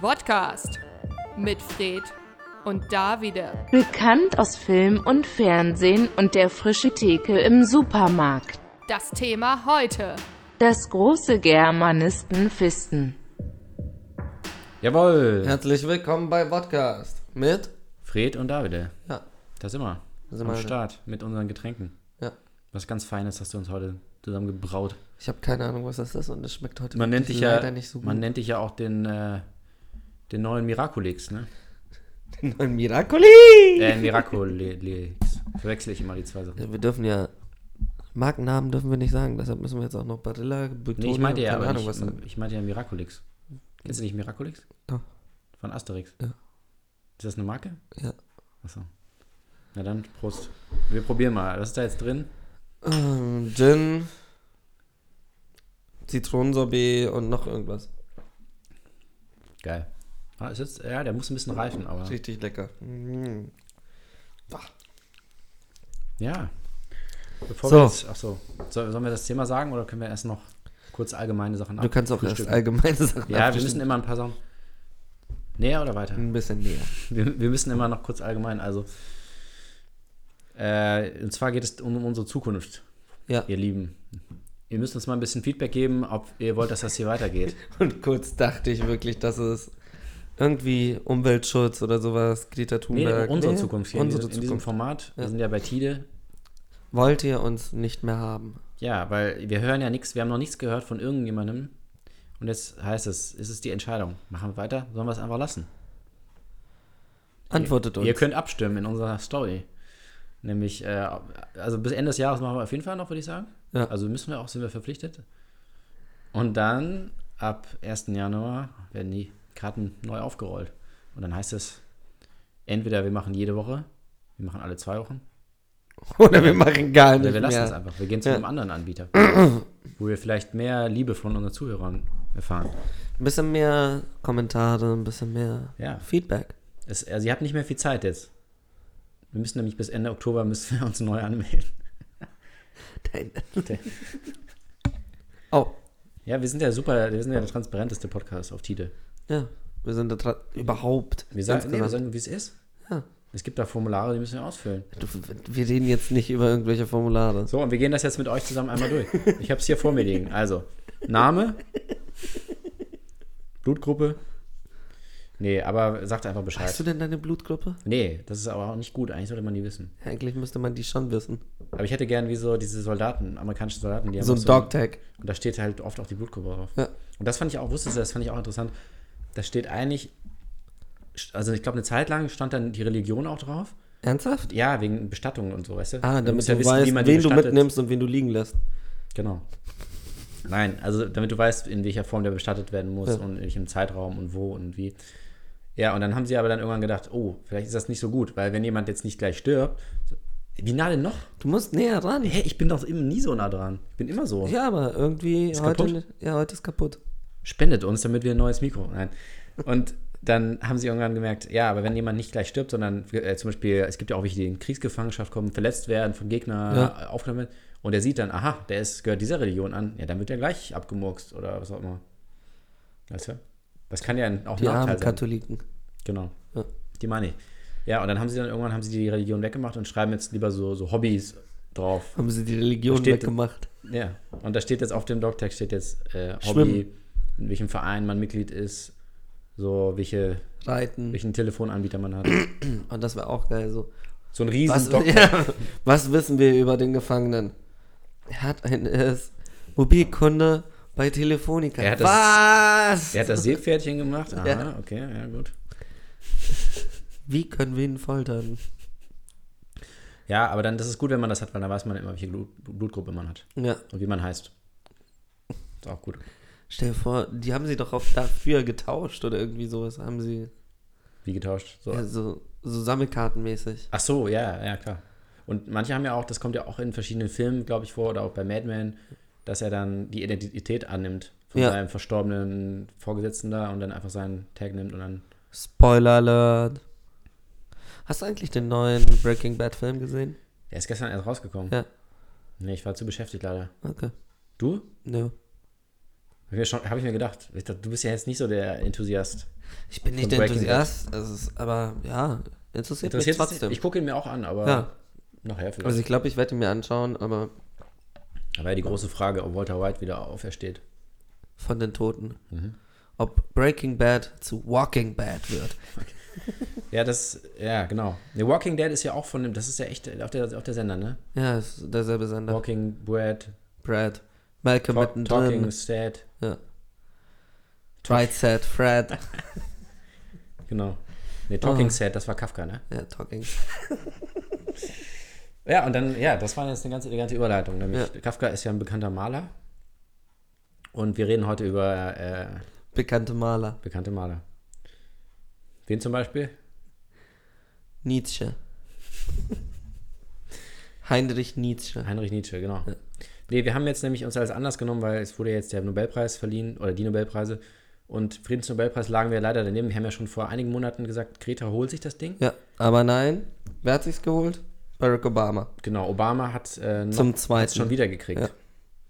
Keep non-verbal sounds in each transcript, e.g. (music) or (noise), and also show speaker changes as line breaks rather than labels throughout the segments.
Podcast mit Fred und Davide.
Bekannt aus Film und Fernsehen und der frische Theke im Supermarkt.
Das Thema heute.
Das große Germanistenfisten.
Jawohl!
Herzlich willkommen bei Podcast mit.
Fred und Davide,
Ja,
da sind wir. Da
sind
am
wir.
Start mit unseren Getränken.
ja.
Was ganz Feines hast du uns heute zusammengebraut.
Ich habe keine Ahnung, was das ist und es schmeckt heute
Man nennt dich
wirklich
ja,
leider nicht so gut.
man nennt dich ja auch den, äh, den neuen Miraculix, ne?
Ein Miracoli! (laughs)
Äh, Miraculix. Verwechsel ich immer die zwei Sachen.
Ja, wir dürfen ja. Markennamen dürfen wir nicht sagen, deshalb müssen wir jetzt auch noch Barilla betonen.
Nee, ich meinte ja,
keine
aber
Ahnung,
ich,
was.
ich meinte ja Miraculix. Kennst du nicht Miraculix?
Doch.
Von Asterix.
Ja.
Ist das eine Marke?
Ja.
Achso. Na dann, Prost. Wir probieren mal. Was ist da jetzt drin?
Ähm, Gin, Zitronensorbet und noch irgendwas.
Geil. Ah, ist jetzt, ja, der muss ein bisschen reifen, aber.
Richtig lecker. Mm.
Ja. Bevor
So.
wir jetzt, ach so, soll, sollen wir das Thema sagen oder können wir erst noch kurz allgemeine Sachen
Du kannst auch erst
abfrühstücken?
allgemeine Sachen
Ja, wir
abwischen.
müssen immer ein paar Sachen. Näher oder weiter?
ein bisschen näher.
Wir, wir müssen immer noch kurz allgemein, also. Äh, und zwar geht es um unsere Zukunft,
Ja.
ihr Lieben. Ihr müsst uns mal ein bisschen Feedback geben, ob ihr wollt, dass das hier weitergeht.
Und kurz dachte ich wirklich, dass es irgendwie Umweltschutz oder sowas, Greta
Nee,
Thunberg.
um unsere Zukunft hier,
Unsere
in diesem
Zukunft.
Format. Wir
Ja.
sind ja bei Tide.
Wollt ihr uns nicht mehr haben?
Ja, weil wir hören ja nichts, wir haben noch nichts gehört von irgendjemandem. Und jetzt heißt es, ist es die Entscheidung. Machen wir weiter? Sollen wir es einfach lassen?
Antwortet uns.
Ihr könnt abstimmen in unserer Story. Nämlich, äh, also bis Ende des Jahres machen wir auf jeden Fall noch, würde ich sagen.
Ja.
Also müssen wir auch, sind wir verpflichtet. Und dann ab 1. Januar werden die Karten neu aufgerollt. Und dann heißt es, entweder wir machen jede Woche, wir machen alle zwei Wochen,
(laughs) oder wir machen gar
oder
nicht
wir lassen es
mehr.
einfach. Wir gehen zu
Ja.
einem anderen
(clears throat)
Anbieter, wo wir vielleicht mehr Liebe von unseren Zuhörern erfahren.
Ein bisschen mehr Kommentare, ein bisschen mehr
Ja.
Feedback.
Es, also ihr habt nicht mehr viel Zeit jetzt. Wir müssen nämlich bis Ende Oktober müssen wir uns neu anmelden.
Nein. oh,
Ja, wir sind ja super, wir sind ja der transparenteste Podcast auf Tide.
ja. Wir sind da dran. Überhaupt.
Wir sagen, nee, wir
insgesamt.
sagen wie es ist.
genau. Ja.
Es gibt da Formulare, die müssen wir ausfüllen.
Du- wir reden jetzt nicht über irgendwelche Formulare.
So, und wir gehen das jetzt mit euch zusammen einmal durch. Ich habe es hier vor mir liegen. Also, Name, Blutgruppe. Nee, aber sagt einfach
Hast du
Bescheid.
denn deine Blutgruppe?
Nee, das ist aber auch nicht gut. Eigentlich sollte man die wissen.
Eigentlich müsste man die schon wissen.
Aber ich hätte gern wie so diese Soldaten, amerikanische Soldaten, die haben
so
auch
ein Dogtag.
Und da steht halt oft auch die Blutgruppe drauf.
Ja.
Und das fand ich auch, wusstest du, das fand ich auch interessant. Da steht eigentlich, also ich glaube, eine Zeit lang stand dann die Religion auch drauf.
Ernsthaft?
Ja, wegen Bestattungen und so, weißt du?
Ah,
Man muss
damit
ja
du
wissen,
weißt,
wie man die
wen du
bestattet.
mitnimmst und wen du liegen lässt.
Genau. Nein, also damit du weißt, in welcher Form der bestattet werden muss und in welchem Zeitraum und wo und wie. Ja, und dann haben sie aber dann irgendwann gedacht, oh, vielleicht ist das nicht so gut, weil wenn jemand jetzt nicht gleich stirbt, so, wie nah denn noch?
Du musst näher ran.
Hä, ich bin doch immer nie so nah dran. Ich bin immer so.
Ja, aber irgendwie heute,
kaputt?
nicht- ja, heute ist kaputt.
spendet uns, damit wir ein neues Mikro. Nein. Und dann haben sie irgendwann gemerkt, ja, aber wenn jemand nicht gleich stirbt, sondern äh, zum Beispiel, es gibt ja auch welche, die in Kriegsgefangenschaft kommen, verletzt werden, vom Gegner
Ja.
äh, aufgenommen werden, und er sieht dann, aha, der ist, gehört dieser Religion an, ja, dann wird er gleich abgemurkst oder was auch immer. Weißt du? Das kann ja ein- auch ein
Die armen
Nachteil sein.
Katholiken.
Genau.
Ja.
Die meine ich. Ja, und dann haben sie dann irgendwann haben sie die Religion weggemacht und schreiben jetzt lieber so, so Hobbys drauf.
Haben sie die Religion
Steht-
weggemacht.
Ja, und da steht jetzt auf dem Dogtag steht jetzt äh, Hobby,
Schwimmen.
in welchem Verein man Mitglied ist, so welche,
Reiten.
welchen Telefonanbieter man hat.
Und das wäre auch geil so.
So ein riesen
Was,
Dog
ja, was wissen wir über den Gefangenen? Er hat ein er ist Mobilkunde bei Telefonica.
Er hat das-
was?
Der hat das Seepferdchen gemacht. Aha,
Ja.
okay, ja gut.
Wie können wir ihn foltern?
Ja, aber dann das ist gut, wenn man das hat, weil dann weiß man immer, welche Blut, Blutgruppe man hat
Ja,
und wie man heißt. Ist auch gut.
stell dir vor, die haben sie doch auf dafür getauscht oder irgendwie sowas. Haben sie
Wie getauscht. So.
ja, so, so sammelkartenmäßig.
Ach so, ja, ja klar. Und manche haben ja auch, das kommt ja auch in verschiedenen Filmen, glaube ich, vor oder auch bei Madman, dass er dann die Identität annimmt von
Ja.
seinem verstorbenen Vorgesetzten da und dann einfach seinen Tag nimmt und dann
Spoiler Alert. Hast du eigentlich den neuen Breaking Bad Film gesehen?
Der ist gestern erst rausgekommen.
Ja.
Nee, ich war zu beschäftigt leider.
Okay.
Du?
Nö.
Habe ich, mir schon- hab ich mir gedacht. Ich dachte, du bist ja jetzt nicht so der Enthusiast.
Ich bin nicht
Von
der
Breaking
Enthusiast, also, es- aber ja, interessiert mich
Interessiert es
trotzdem.
Ich gucke ihn mir auch an, aber
Ja.
nachher vielleicht.
also ich glaube, ich werde ihn mir anschauen, aber
da war ja die große Frage, ob Walter White wieder aufersteht.
von den Toten.
Mhm.
Ob Breaking Bad zu Walking Bad wird.
Ja, das, ja, genau. The Walking Dead ist ja auch von dem, das ist ja echt auf der, auf der Sender, ne?
Ja, ist derselbe Sender.
Walking Bread,
Brad. Malcolm
Talk, Talking
mittendrin.
Dead,
Ja. Right Set Fred.
genau. Ne, Talking
Oh.
Sad, das war Kafka, ne?
ja, Talking.
Ja, und dann, ja, das war jetzt eine ganz elegante Überleitung. Nämlich
Ja.
Kafka ist ja ein bekannter Maler. Und wir reden heute über äh,
Bekannte Maler.
bekannte Maler. Wen zum Beispiel? (laughs)
Nietzsche. Heinrich Nietzsche.
Heinrich Nietzsche, genau. Nee, wir haben jetzt nämlich uns als anders genommen, weil es wurde jetzt der Nobelpreis verliehen oder die Nobelpreise. Und Friedensnobelpreis lagen wir leider daneben. Wir haben ja schon vor einigen Monaten gesagt, Greta holt sich das Ding.
Ja, aber nein. Wer hat sich's geholt? Barack Obama.
Genau, Obama hat äh, noch-
Zum
hat's
Zweiten.
schon wieder gekriegt.
Ja.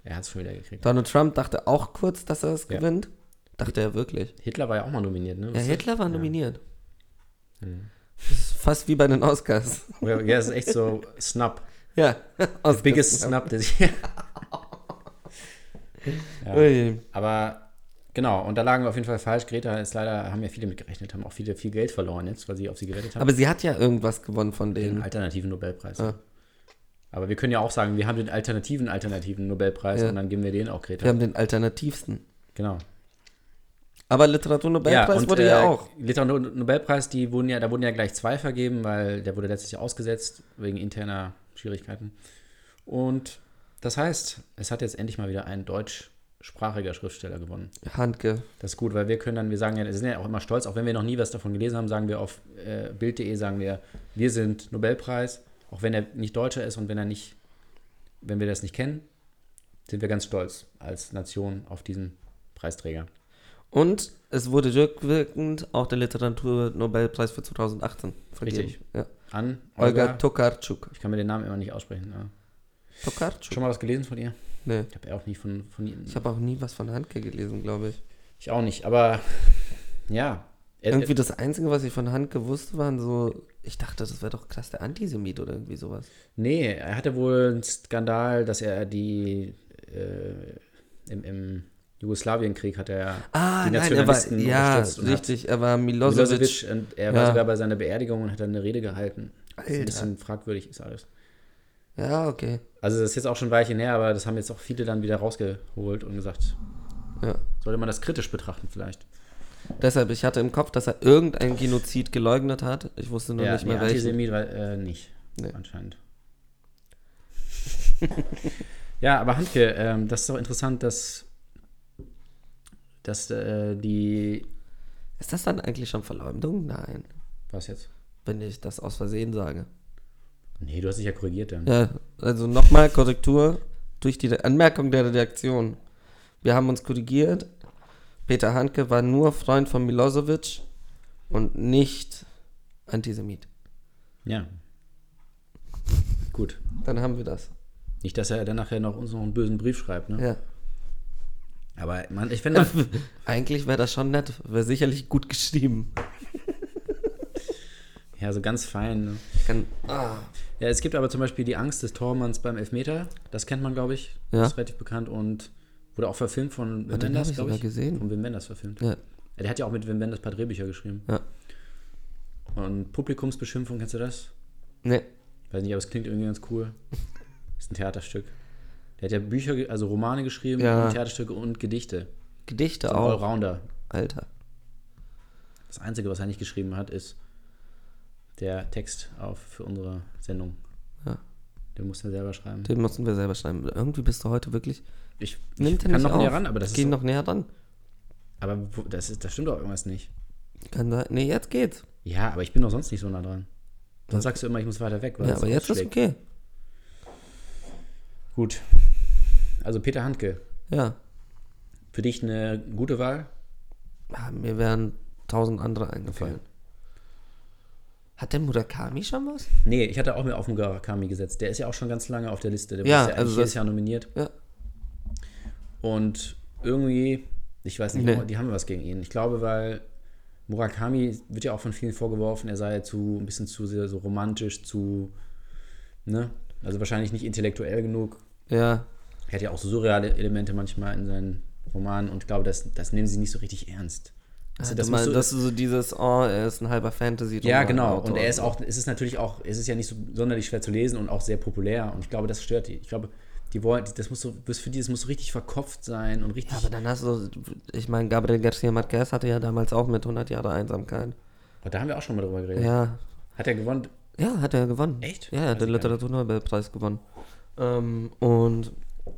Er hat es schon wieder gekriegt.
Donald Trump dachte auch kurz, dass er es
Ja.
gewinnt. Dachte er wirklich.
Hitler war ja auch mal nominiert, ne?
Ja,
Was-
Hitler war nominiert.
Hm.
Das ist fast wie bei den Oscars. (laughs)
Ja, ja, das ist echt so Snap.
Ja, Oscars.
Biggest Snap, der sich.
Ui.
(laughs) Aber genau, und da lagen wir auf jeden Fall falsch. Greta ist leider, haben ja viele mitgerechnet, haben auch viele viel Geld verloren jetzt, weil sie auf sie gerettet haben.
Aber sie hat ja irgendwas gewonnen von
den
denen.
alternativen Nobelpreis.
Ja.
Aber wir können ja auch sagen, wir haben den alternativen alternativen Nobelpreis
Ja.
und dann geben wir den auch Greta.
Wir haben den alternativsten.
Genau.
Aber Literaturnobelpreis wurde ja
äh,
auch.
Literatur Nobelpreis, die wurden ja, da wurden ja gleich zwei vergeben, weil der wurde letztes Jahr ausgesetzt wegen interner Schwierigkeiten. Und das heißt, es hat jetzt endlich mal wieder ein deutschsprachiger Schriftsteller gewonnen.
Handke.
Das ist gut, weil wir können dann, wir sagen ja, wir sind ja auch immer stolz, auch wenn wir noch nie was davon gelesen haben, sagen wir auf äh, bild.de, sagen wir, wir sind Nobelpreis, auch wenn er nicht Deutscher ist und wenn er nicht, wenn wir das nicht kennen, sind wir ganz stolz als Nation auf diesen Preisträger.
Und es wurde rückwirkend auch der Literaturnobelpreis für 2018 vergeben.
Richtig.
Ja.
An Olga,
Olga, Tokarczuk.
ich kann mir den Namen immer nicht aussprechen. Ja.
Tokarczuk?
Schon mal was gelesen von ihr?
Nee.
Ich habe ja auch nie von, von ihr.
Ich habe auch nie was von Handke gelesen, glaube ich.
Ich auch nicht, aber ja. Er-
Irgendwie das Einzige, was ich von Handke wusste, waren so, ich dachte, das wäre doch krass der Antisemit oder irgendwie sowas.
Nee, er hatte wohl einen Skandal, dass er die äh, im, im Jugoslawienkrieg hat er
Ah,
die
nein, er war,
Nationalisten
ja,
unterstützt und hat
richtig, er war Milosevic.
Milosevic und er war
Ja.
sogar bei seiner Beerdigung und hat dann eine Rede gehalten. Das ist
Alter.
ein bisschen fragwürdig ist alles.
Ja, okay.
Also das ist jetzt auch schon ein Weilchen her, aber das haben jetzt auch viele dann wieder rausgeholt und gesagt,
Ja.
sollte man das kritisch betrachten vielleicht.
Deshalb, ich hatte im Kopf, dass er irgendein Genozid geleugnet hat. Ich wusste nur
Ja,
nicht
nee,
mehr welchen.
Antisemit war, äh, nicht,
Nee.
anscheinend. (laughs) ja, aber Handke, ähm, das ist doch interessant, dass, dass äh, die.
Ist das dann eigentlich schon Verleumdung? Nein,
Was jetzt?
wenn ich das aus Versehen sage.
Nee, du hast dich ja korrigiert dann.
Ja, also nochmal Korrektur durch die Anmerkung der Redaktion. Wir haben uns korrigiert. Peter Handke war nur Freund von Milosevic und nicht Antisemit.
Ja. Gut.
Dann haben wir das.
Nicht, dass er dann nachher noch uns noch einen bösen Brief schreibt, ne?
Ja.
Aber man, ich finde,
(laughs) Eigentlich wäre das schon nett. Wäre sicherlich gut geschrieben.
ja, so ganz fein. Ne?
Kann, ah,
Ja, es gibt aber zum Beispiel die Angst des Tormanns beim Elfmeter. Das kennt man, glaube ich.
Ja.
Das ist relativ bekannt und wurde auch verfilmt von Wim
den hab
Wenders,
ich
glaube
sogar
ich.
gesehen.
Von Wim Wenders verfilmt.
ja.
Ja, Der hat ja auch mit Wim Wenders ein paar Drehbücher geschrieben.
Ja.
Und Publikumsbeschimpfung, kennst du das?
Nee.
Weiß nicht, aber es klingt irgendwie ganz cool. (laughs) Ist ein Theaterstück. Der hat ja Bücher, ge- also Romane geschrieben,
Ja.
und Theaterstücke und Gedichte.
Gedichte
Ein
auch.
Allrounder.
Alter.
Das Einzige, was er nicht geschrieben hat, ist der Text auf für unsere Sendung.
Ja.
Den muss er selber schreiben.
Den mussten wir selber schreiben. Irgendwie bist du heute wirklich.
Ich, ich
Nimmt er
kann
nicht
noch
auf.
näher ran, aber das
Geh
ist.
noch näher ran.
Aber wo, das, ist, das stimmt doch irgendwas nicht.
Kann sein. Nee, jetzt geht's.
Ja, aber ich bin doch sonst nicht so nah dran. Sonst sagst du immer, ich muss weiter weg. weil
Ja,
es
aber jetzt ist
ausschlägt.
okay.
Gut. Also Peter Handke,
Ja.
Für dich eine gute Wahl?
Ah, mir wären tausend andere eingefallen. Hat denn Murakami schon was?
Nee, ich hatte auch mir auf Murakami gesetzt. Der ist ja auch schon ganz lange auf der Liste. Der
Ja,
ist ja
also
eigentlich jedes
das-
Jahr nominiert.
Ja.
Und irgendwie, ich weiß nicht,
Nee.
warum, die haben was gegen ihn. Ich glaube, weil Murakami wird ja auch von vielen vorgeworfen, er sei zu ein bisschen zu sehr so romantisch, zu, ne? Also wahrscheinlich nicht intellektuell genug.
Ja,
Er hat ja auch so surreale Elemente manchmal in seinen Romanen und ich glaube, das, das nehmen sie nicht so richtig ernst. Also,
Also,
das
das,
muss so-
das ist so dieses, oh, er ist ein halber fantasy
Ja, genau. Und er ist
also.
auch, es ist natürlich auch, es ist ja nicht so sonderlich schwer zu lesen und auch sehr populär. Und ich glaube, das stört die. Ich glaube, die wollen, das muss so, das für die, das muss so richtig verkopft sein und richtig.
Ja, aber dann hast du, ich meine, Gabriel Garcia Marquez hatte ja damals auch mit 100 Jahre Einsamkeit.
aber Oh, da haben wir auch schon mal drüber geredet.
Ja,
Hat er gewonnen?
ja, hat er gewonnen.
Echt? Also
Ja, er
Weiß
hat den
ich gar nicht.
Literaturnobelpreis gewonnen. Ähm, und,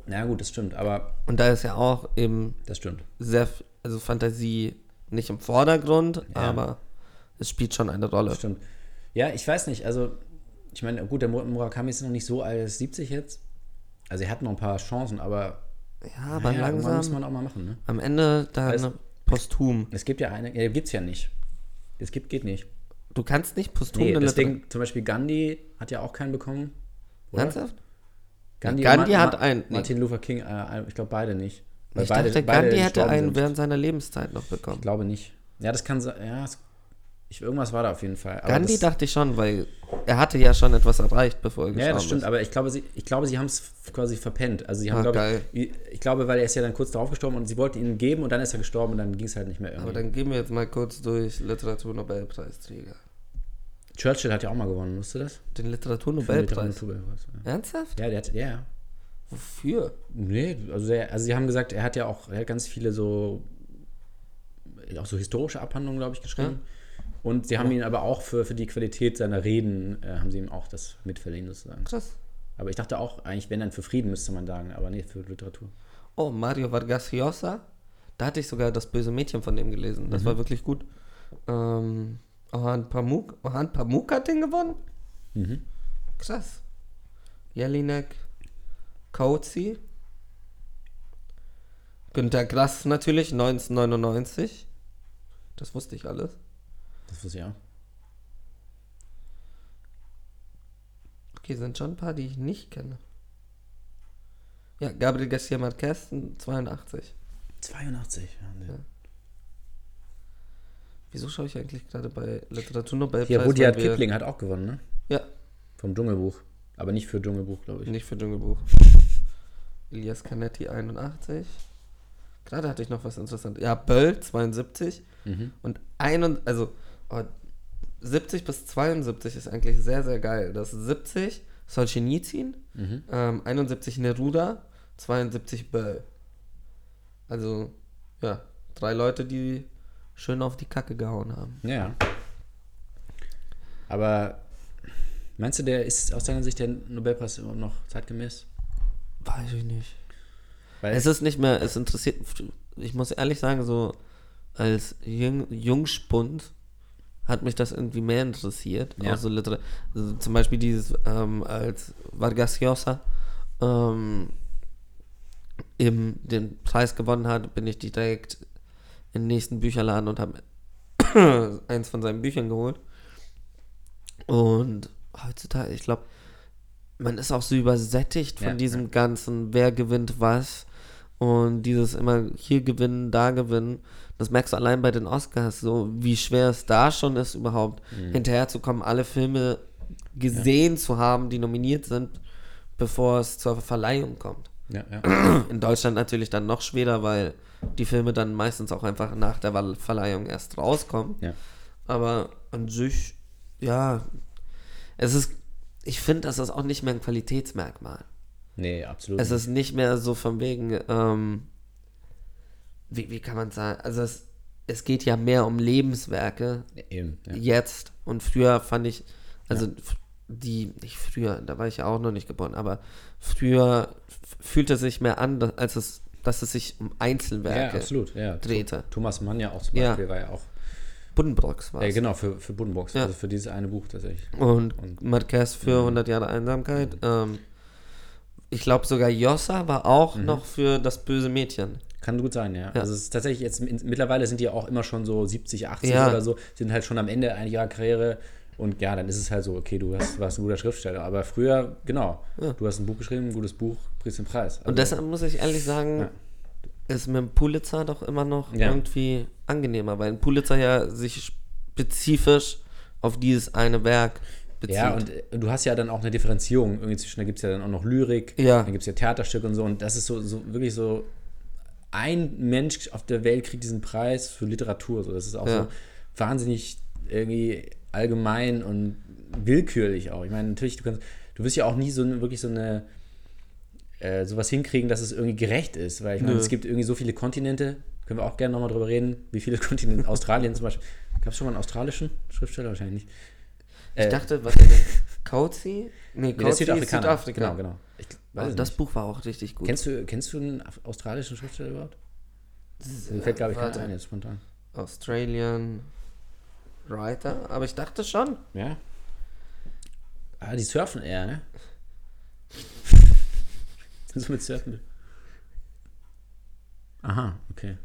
Na gut, das stimmt, aber
und da ist ja auch eben
das stimmt.
sehr, f- also Fantasie nicht im Vordergrund,
Ja.
aber es spielt schon eine Rolle.
Das stimmt. Ja, ich weiß nicht. Also, ich meine, gut, der Mur- Murakami ist noch nicht so alt als 70 jetzt. Also, er hat noch ein paar Chancen, aber
Ja, aber
naja, irgendwann muss
langsam,
man auch mal machen. Ne?
am Ende dann
Weißt-
posthum.
Es gibt ja eine, ja, gibt's ja nicht. Es gibt, geht nicht.
Du kannst nicht posthum
Nee,
eine
das
Liter-
Ding, zum Beispiel Gandhi hat ja auch keinen bekommen. oder?
Ernsthaft?
Gandhi,
Gandhi
Ma-
hat
Ma-
einen- nee.
Martin Luther King, äh, ich glaube beide nicht. Weil
Ich
beide,
dachte,
beide
Gandhi hätte
gestorben
einen
sind.
während seiner Lebenszeit noch bekommen.
Ich glaube nicht. Ja, das kann sein. Ja, es- ich, irgendwas war da auf jeden Fall. Aber
Gandhi
das,
dachte ich schon, weil er hatte ja schon etwas erreicht, bevor er
Ja,
gestorben
ja, das stimmt,
ist.
aber ich glaube, sie, ich glaube, sie haben es quasi verpennt. Also sie haben,
Ah,
glaube ich, ich glaube, weil er ist ja dann kurz darauf gestorben und sie wollten ihn geben und dann ist er gestorben und dann ging es halt nicht mehr irgendwie.
Aber dann gehen wir jetzt mal kurz durch Literaturnobelpreisträger.
Churchill hat ja auch mal gewonnen, wusstest du das?
Den
Für den
Literaturnobelpreis.
Literaturnobelpreis, ja.
Ernsthaft?
Ja, der hat, ja, ja.
Wofür?
Nee, also, der, also sie haben gesagt, er hat ja auch er hat ganz viele so, auch so historische Abhandlungen, glaube ich, geschrieben. Und sie haben ihn aber auch für, für die Qualität seiner Reden, äh, haben sie ihm auch das mitverliehen, sozusagen.
Krass.
Aber ich dachte auch, eigentlich, wenn dann für Frieden, müsste man sagen, aber nee, für Literatur.
Oh, Mario Vargas Llosa. Da hatte ich sogar das böse Mädchen von dem gelesen. Das war wirklich gut. Ähm, Orhan Pamuk. Orhan Pamuk hat den gewonnen? Krass. Jelinek. Kauzi. Günter Grass natürlich, 1999. Das wusste ich alles.
Das wusste ich auch.
Okay, sind schon ein paar, die ich nicht kenne. Ja, Gabriel Garcia Marquez, 82.
82, ja. Nee.
Wieso schaue ich eigentlich gerade bei Literaturnobelpreis?
Hier,
weil
Rudyard
wir-
Kipling hat auch gewonnen, ne?
Ja,
Vom Dschungelbuch. Aber nicht für Dschungelbuch, glaube ich.
Nicht für Dschungelbuch. (laughs) Elias Canetti 81. Gerade hatte ich noch was interessantes. Ja, Böll 72. Und ein, also oh, 70 bis 72 ist eigentlich sehr, sehr geil. Das ist 70 Solzhenitsyn, ähm, 71 Neruda, 72 Böll. Also, ja, drei Leute, die schön auf die Kacke gehauen haben.
Ja. Aber meinst du, der ist aus deiner Sicht der Nobelpreis immer noch zeitgemäß?
Weiß ich nicht.
Weil
Es ist nicht mehr, es interessiert, ich muss ehrlich sagen, so als Jüng, Jungspund hat mich das irgendwie mehr interessiert.
Ja.
Auch so Liter also zum Beispiel dieses, ähm, als Vargas Llosa ähm, eben den Preis gewonnen hat, bin ich direkt in den nächsten Bücherladen und habe eins von seinen Büchern geholt. Und heutzutage, ich glaube, man ist auch so übersättigt von
Ja,
diesem ganzen, wer gewinnt was und dieses immer hier gewinnen, da gewinnen. Das merkst du allein bei den Oscars, so wie schwer es da schon ist, überhaupt
Mhm.
hinterherzukommen, alle Filme gesehen zu haben, die nominiert sind, bevor es zur Verleihung kommt.
ja,
(clears throat)
ja.
In Deutschland natürlich dann noch schwerer, weil die Filme dann meistens auch einfach nach der Wahl- Verleihung erst rauskommen.
ja.
Aber an sich, ja, es ist, ich finde, das ist auch nicht mehr ein Qualitätsmerkmal.
Nee, absolut.
Es ist nicht mehr so von wegen, ähm, wie, wie kann man sagen, also es, es geht ja mehr um Lebenswerke
nicht. Eben, ja.
jetzt und früher fand ich, also f- die, nicht früher, da war ich ja auch noch nicht geboren, aber früher f- fühlte es sich mehr an, dass- als es, dass es sich um
ja,
Einzelwerke
absolut. Ja.
drehte.
Thomas Mann ja auch zum
Ja.
Beispiel war ja auch.
Buddenbrocks war
Ja,
es.
genau, für, für Buddenbox,
Ja.
also für dieses eine Buch tatsächlich.
Und,
Und-
Marquez für 100 Jahre Einsamkeit. Ähm, ich glaube sogar Jossa war auch
Mhm.
noch für das böse Mädchen.
Kann gut sein, ja.
Ja.
Also es ist tatsächlich jetzt, in, mittlerweile sind die auch immer schon so 70, 80
Ja.
oder so, sind halt schon am Ende einer ihrer Karriere und ja, dann ist es halt so, okay, du hast, warst ein guter Schriftsteller, aber früher, genau, du hast ein Buch geschrieben, ein gutes Buch, kriegst den Preis. Also,
Und deshalb muss ich ehrlich sagen, ist mit dem Pulitzer doch immer noch
Ja.
irgendwie angenehmer, weil ein Pulitzer ja sich spezifisch auf dieses eine Werk bezieht.
Ja, und, äh, und du hast ja dann auch eine Differenzierung. Irgendwie zwischen, da gibt es ja dann auch noch Lyrik,
Ja.
dann gibt es ja Theaterstücke und so. Und das ist so, so wirklich so, ein Mensch auf der Welt kriegt diesen Preis für Literatur. So, das ist auch
Ja.
so wahnsinnig irgendwie allgemein und willkürlich auch. Ich meine, natürlich, du kannst, du wirst ja auch nie so eine, wirklich so eine äh, sowas hinkriegen, dass es irgendwie gerecht ist. Weil ich meine,
Nö.
es gibt irgendwie so viele Kontinente, können wir auch gerne nochmal drüber reden, wie viele Kontinente, Australien zum Beispiel. Gab es schon mal einen australischen Schriftsteller? Wahrscheinlich nicht.
ich
äh,
dachte, was ist das? Kauzi?
Nee,
Nee,
der
Kauzi ist
Südafrikaner.
Südafrika.
Genau, genau. Ich weiß
Aber
es
das
nicht.
Buch war auch richtig gut.
Kennst du, kennst du einen af- australischen Schriftsteller überhaupt? Mir fällt, glaube ich, keiner
warte.
ein jetzt spontan.
Australian Writer? Aber ich dachte schon.
Ja? Ah, die surfen eher, ne? (laughs) so mit Surfen. Aha, okay.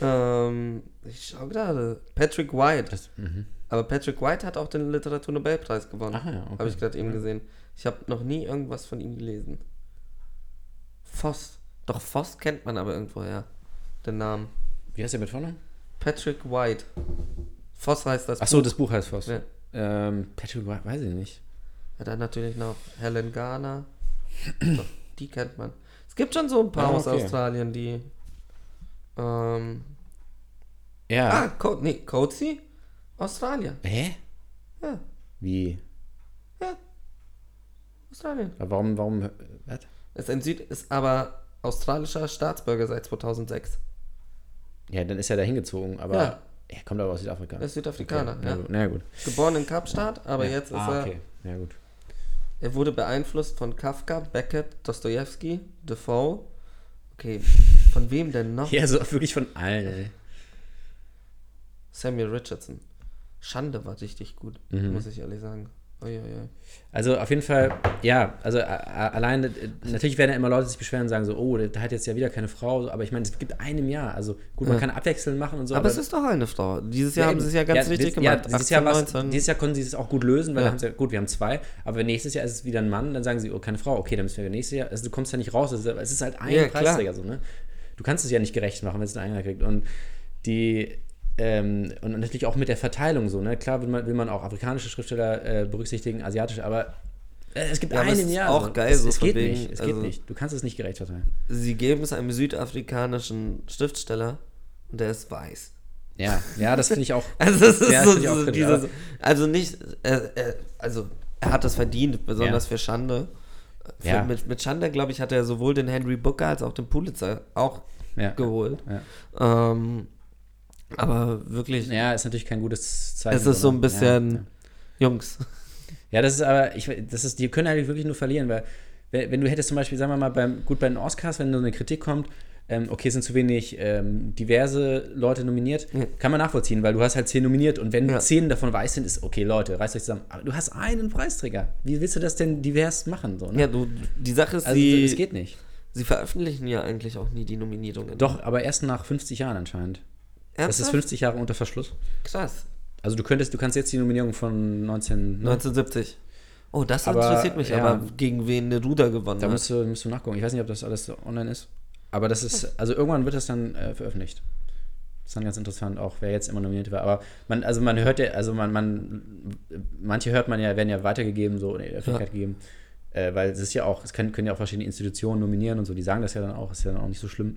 Ähm, ich schau gerade. Patrick White.
Das, mhm.
Aber Patrick White hat auch den Literaturnobelpreis gewonnen.
Ach ja, okay.
Habe ich gerade eben gesehen. Ich habe noch nie irgendwas von ihm gelesen. Voss. Doch Voss kennt man aber irgendwoher. Den Namen.
Wie heißt der mit Vornamen?
Patrick White. Voss heißt das.
Achso, das Buch heißt Voss.
Ja.
Ähm, Patrick White, weiß ich nicht.
Ja, dann natürlich noch Helen Garner. Doch, die kennt man. Es gibt schon so ein paar
Ah,
aus
okay.
Australien, die. Ähm, ah,
Ja.
Co nee, Cozy? Australien.
Hä?
Ja,
Wie?
ja. Australien.
Warum, warum, äh, was?
Ist ein Süd ist aber australischer Staatsbürger seit 2006.
Ja, dann ist er da hingezogen, aber
Ja.
er kommt aber aus Südafrika.
Er ist Südafrikaner,
okay.
ja.
Na gut, na gut.
Geboren in Kapstadt, aber jetzt ist
ah,
er.
okay. Na gut.
Er wurde beeinflusst von Kafka, Beckett, Dostoevsky, Defoe. Okay, von wem denn noch?
Ja, so wirklich von allen, ey.
Samuel Richardson. Schande war richtig gut, muss ich ehrlich sagen. Uiuiui.
Also auf jeden Fall, ja, also a- a- allein, äh, natürlich werden ja immer Leute sich beschweren und sagen so, oh, da hat jetzt ja wieder keine Frau, so, aber ich meine, es gibt eine im Jahr. Also gut, man kann abwechseln machen und so.
Aber es ist doch eine Frau. Dieses Jahr haben sie es ja ganz
das-
richtig gemacht.
Ja, dieses, Jahr
18,
war's-
19.
dieses Jahr konnten sie es auch gut lösen, weil
Ja.
dann haben sie ja, gut, wir haben zwei, aber wenn nächstes Jahr ist es wieder ein Mann, dann sagen sie, oh, keine Frau, okay, dann müssen wir nächstes Jahr, also du kommst ja nicht raus, also, es ist halt ein
Ja, klar.
Preisträger, so, ne? Du kannst es ja nicht gerecht machen, wenn es einen einer kriegt. Und die, ähm, und natürlich auch mit der Verteilung so, ne? Klar will man, will man auch afrikanische Schriftsteller äh, berücksichtigen, asiatische, aber äh, es gibt
Ja, aber
einen
es
im
ist
Jahr.
auch
so.
geil,
es,
so
es
von
geht
wegen,
nicht, es
also-
geht nicht. Du kannst es nicht gerecht verteilen.
Sie geben es einem südafrikanischen Schriftsteller und der ist weiß.
Ja, ja, das finde ich
(laughs)
auch.
Also es ist
Ja, das
so,
finde ich auch
so
kritisch,
dieses,
aber-
also nicht, äh, äh, also er hat das verdient, besonders
Ja.
für Schande. Für,
Ja.
mit, mit Schande, glaube ich, hat er sowohl den Henry Booker als auch den Pulitzer auch
Ja.
geholt.
Ja.
Ähm, aber wirklich,
ja, ist natürlich kein gutes Zeichen.
es ist so
ne?
ein
Ja,
bisschen,
ja.
Jungs,
Ja, das ist aber, ich, das ist, die können eigentlich wirklich nur verlieren, weil wenn, wenn du hättest zum Beispiel, sagen wir mal, beim, gut bei den Oscars, wenn so eine Kritik kommt, ähm, okay, es sind zu wenig ähm, diverse Leute nominiert, kann man nachvollziehen, weil du hast halt zehn nominiert und wenn
Ja.
zehn davon weiß sind, ist okay, Leute, reißt euch zusammen. Aber du hast einen Preisträger. Wie willst du das denn divers machen? So, ne?
ja, du, die Sache ist,
also
sie,
das geht nicht.
sie veröffentlichen ja eigentlich auch nie die Nominierungen.
Doch, aber erst nach 50 Jahren anscheinend. Das ist
Ernsthaft?
50 Jahre unter Verschluss.
krass.
Also du könntest, du kannst jetzt die Nominierung von 19.
1970. Oh, das
Ne? Aber,
interessiert mich,
ja.
aber gegen wen Neruda gewonnen
Da
hat.
musst du, musst du nachgucken. Ich weiß nicht, ob das alles online ist. Aber das ist, also irgendwann wird das dann äh, veröffentlicht. Das ist dann ganz interessant, auch wer jetzt immer nominiert war. Aber man, also man hört ja, also man, man, manche hört man ja, werden ja weitergegeben, so in die Öffentlichkeit gegeben. Äh, weil es ist ja auch, es können, können ja auch verschiedene Institutionen nominieren und so, die sagen das ja dann auch, ist ja dann auch nicht so schlimm.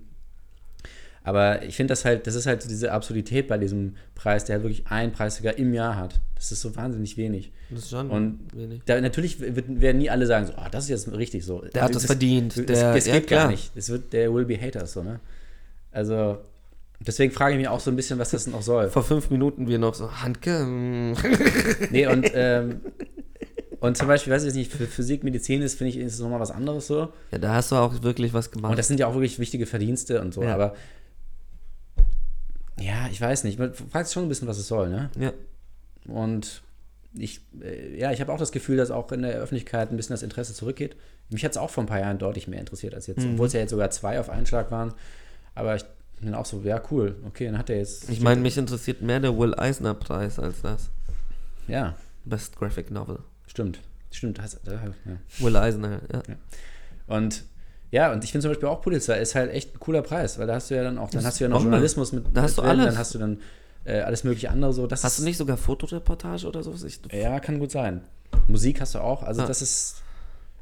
Aber ich finde das halt, das ist halt so diese Absurdität bei diesem Preis, der halt wirklich einen Preisträger im Jahr hat. Das ist so wahnsinnig wenig.
Das ist schon
Und
wenig.
da, natürlich wird, werden nie alle sagen, so, ah, das ist jetzt richtig so.
Der hat das verdient.
Das,
Der-
das geht
ja,
gar
klar.
nicht. Das wird, der will be haters, so, ne? Also, deswegen frage ich mich auch so ein bisschen, was das denn auch soll.
Vor fünf Minuten wir noch so, Handke, mm,
Nee, und, ähm, und zum Beispiel, weiß ich nicht, für Physik, Medizin ist, finde ich, ist es nochmal was anderes so.
(laughs) Ja, da hast du auch wirklich was gemacht.
Und Oh, das sind ja auch wirklich wichtige Verdienste und so,
Ja.
aber ja, ich weiß nicht. Man fragt sich schon ein bisschen, was es soll, ne?
ja.
Und ich, äh, ja, ich habe auch das Gefühl, dass auch in der Öffentlichkeit ein bisschen das Interesse zurückgeht. Mich hat es auch vor ein paar Jahren deutlich mehr interessiert als
Mhm.
jetzt, obwohl es ja jetzt sogar zwei auf einen Schlag waren. Aber ich bin auch so, ja, cool, okay, dann hat er jetzt.
Ich meine, mich interessiert mehr der Will Eisner Preis als das.
Ja,
Best Graphic Novel.
stimmt. Stimmt, hast, ja.
Will Eisner, ja.
Und Ja, und ich finde zum Beispiel auch Pulitzer ist halt echt ein cooler Preis, weil da hast du ja dann auch, dann hast du ja noch
Bombe.
Journalismus mit.
Da hast
mit
du alles.
Dann hast du dann äh, alles mögliche andere so. Das
Hast du
ist,
nicht sogar Fotoreportage oder sowas? Ich,
Ja, kann gut sein. Musik hast du auch. Also
Ah.
das ist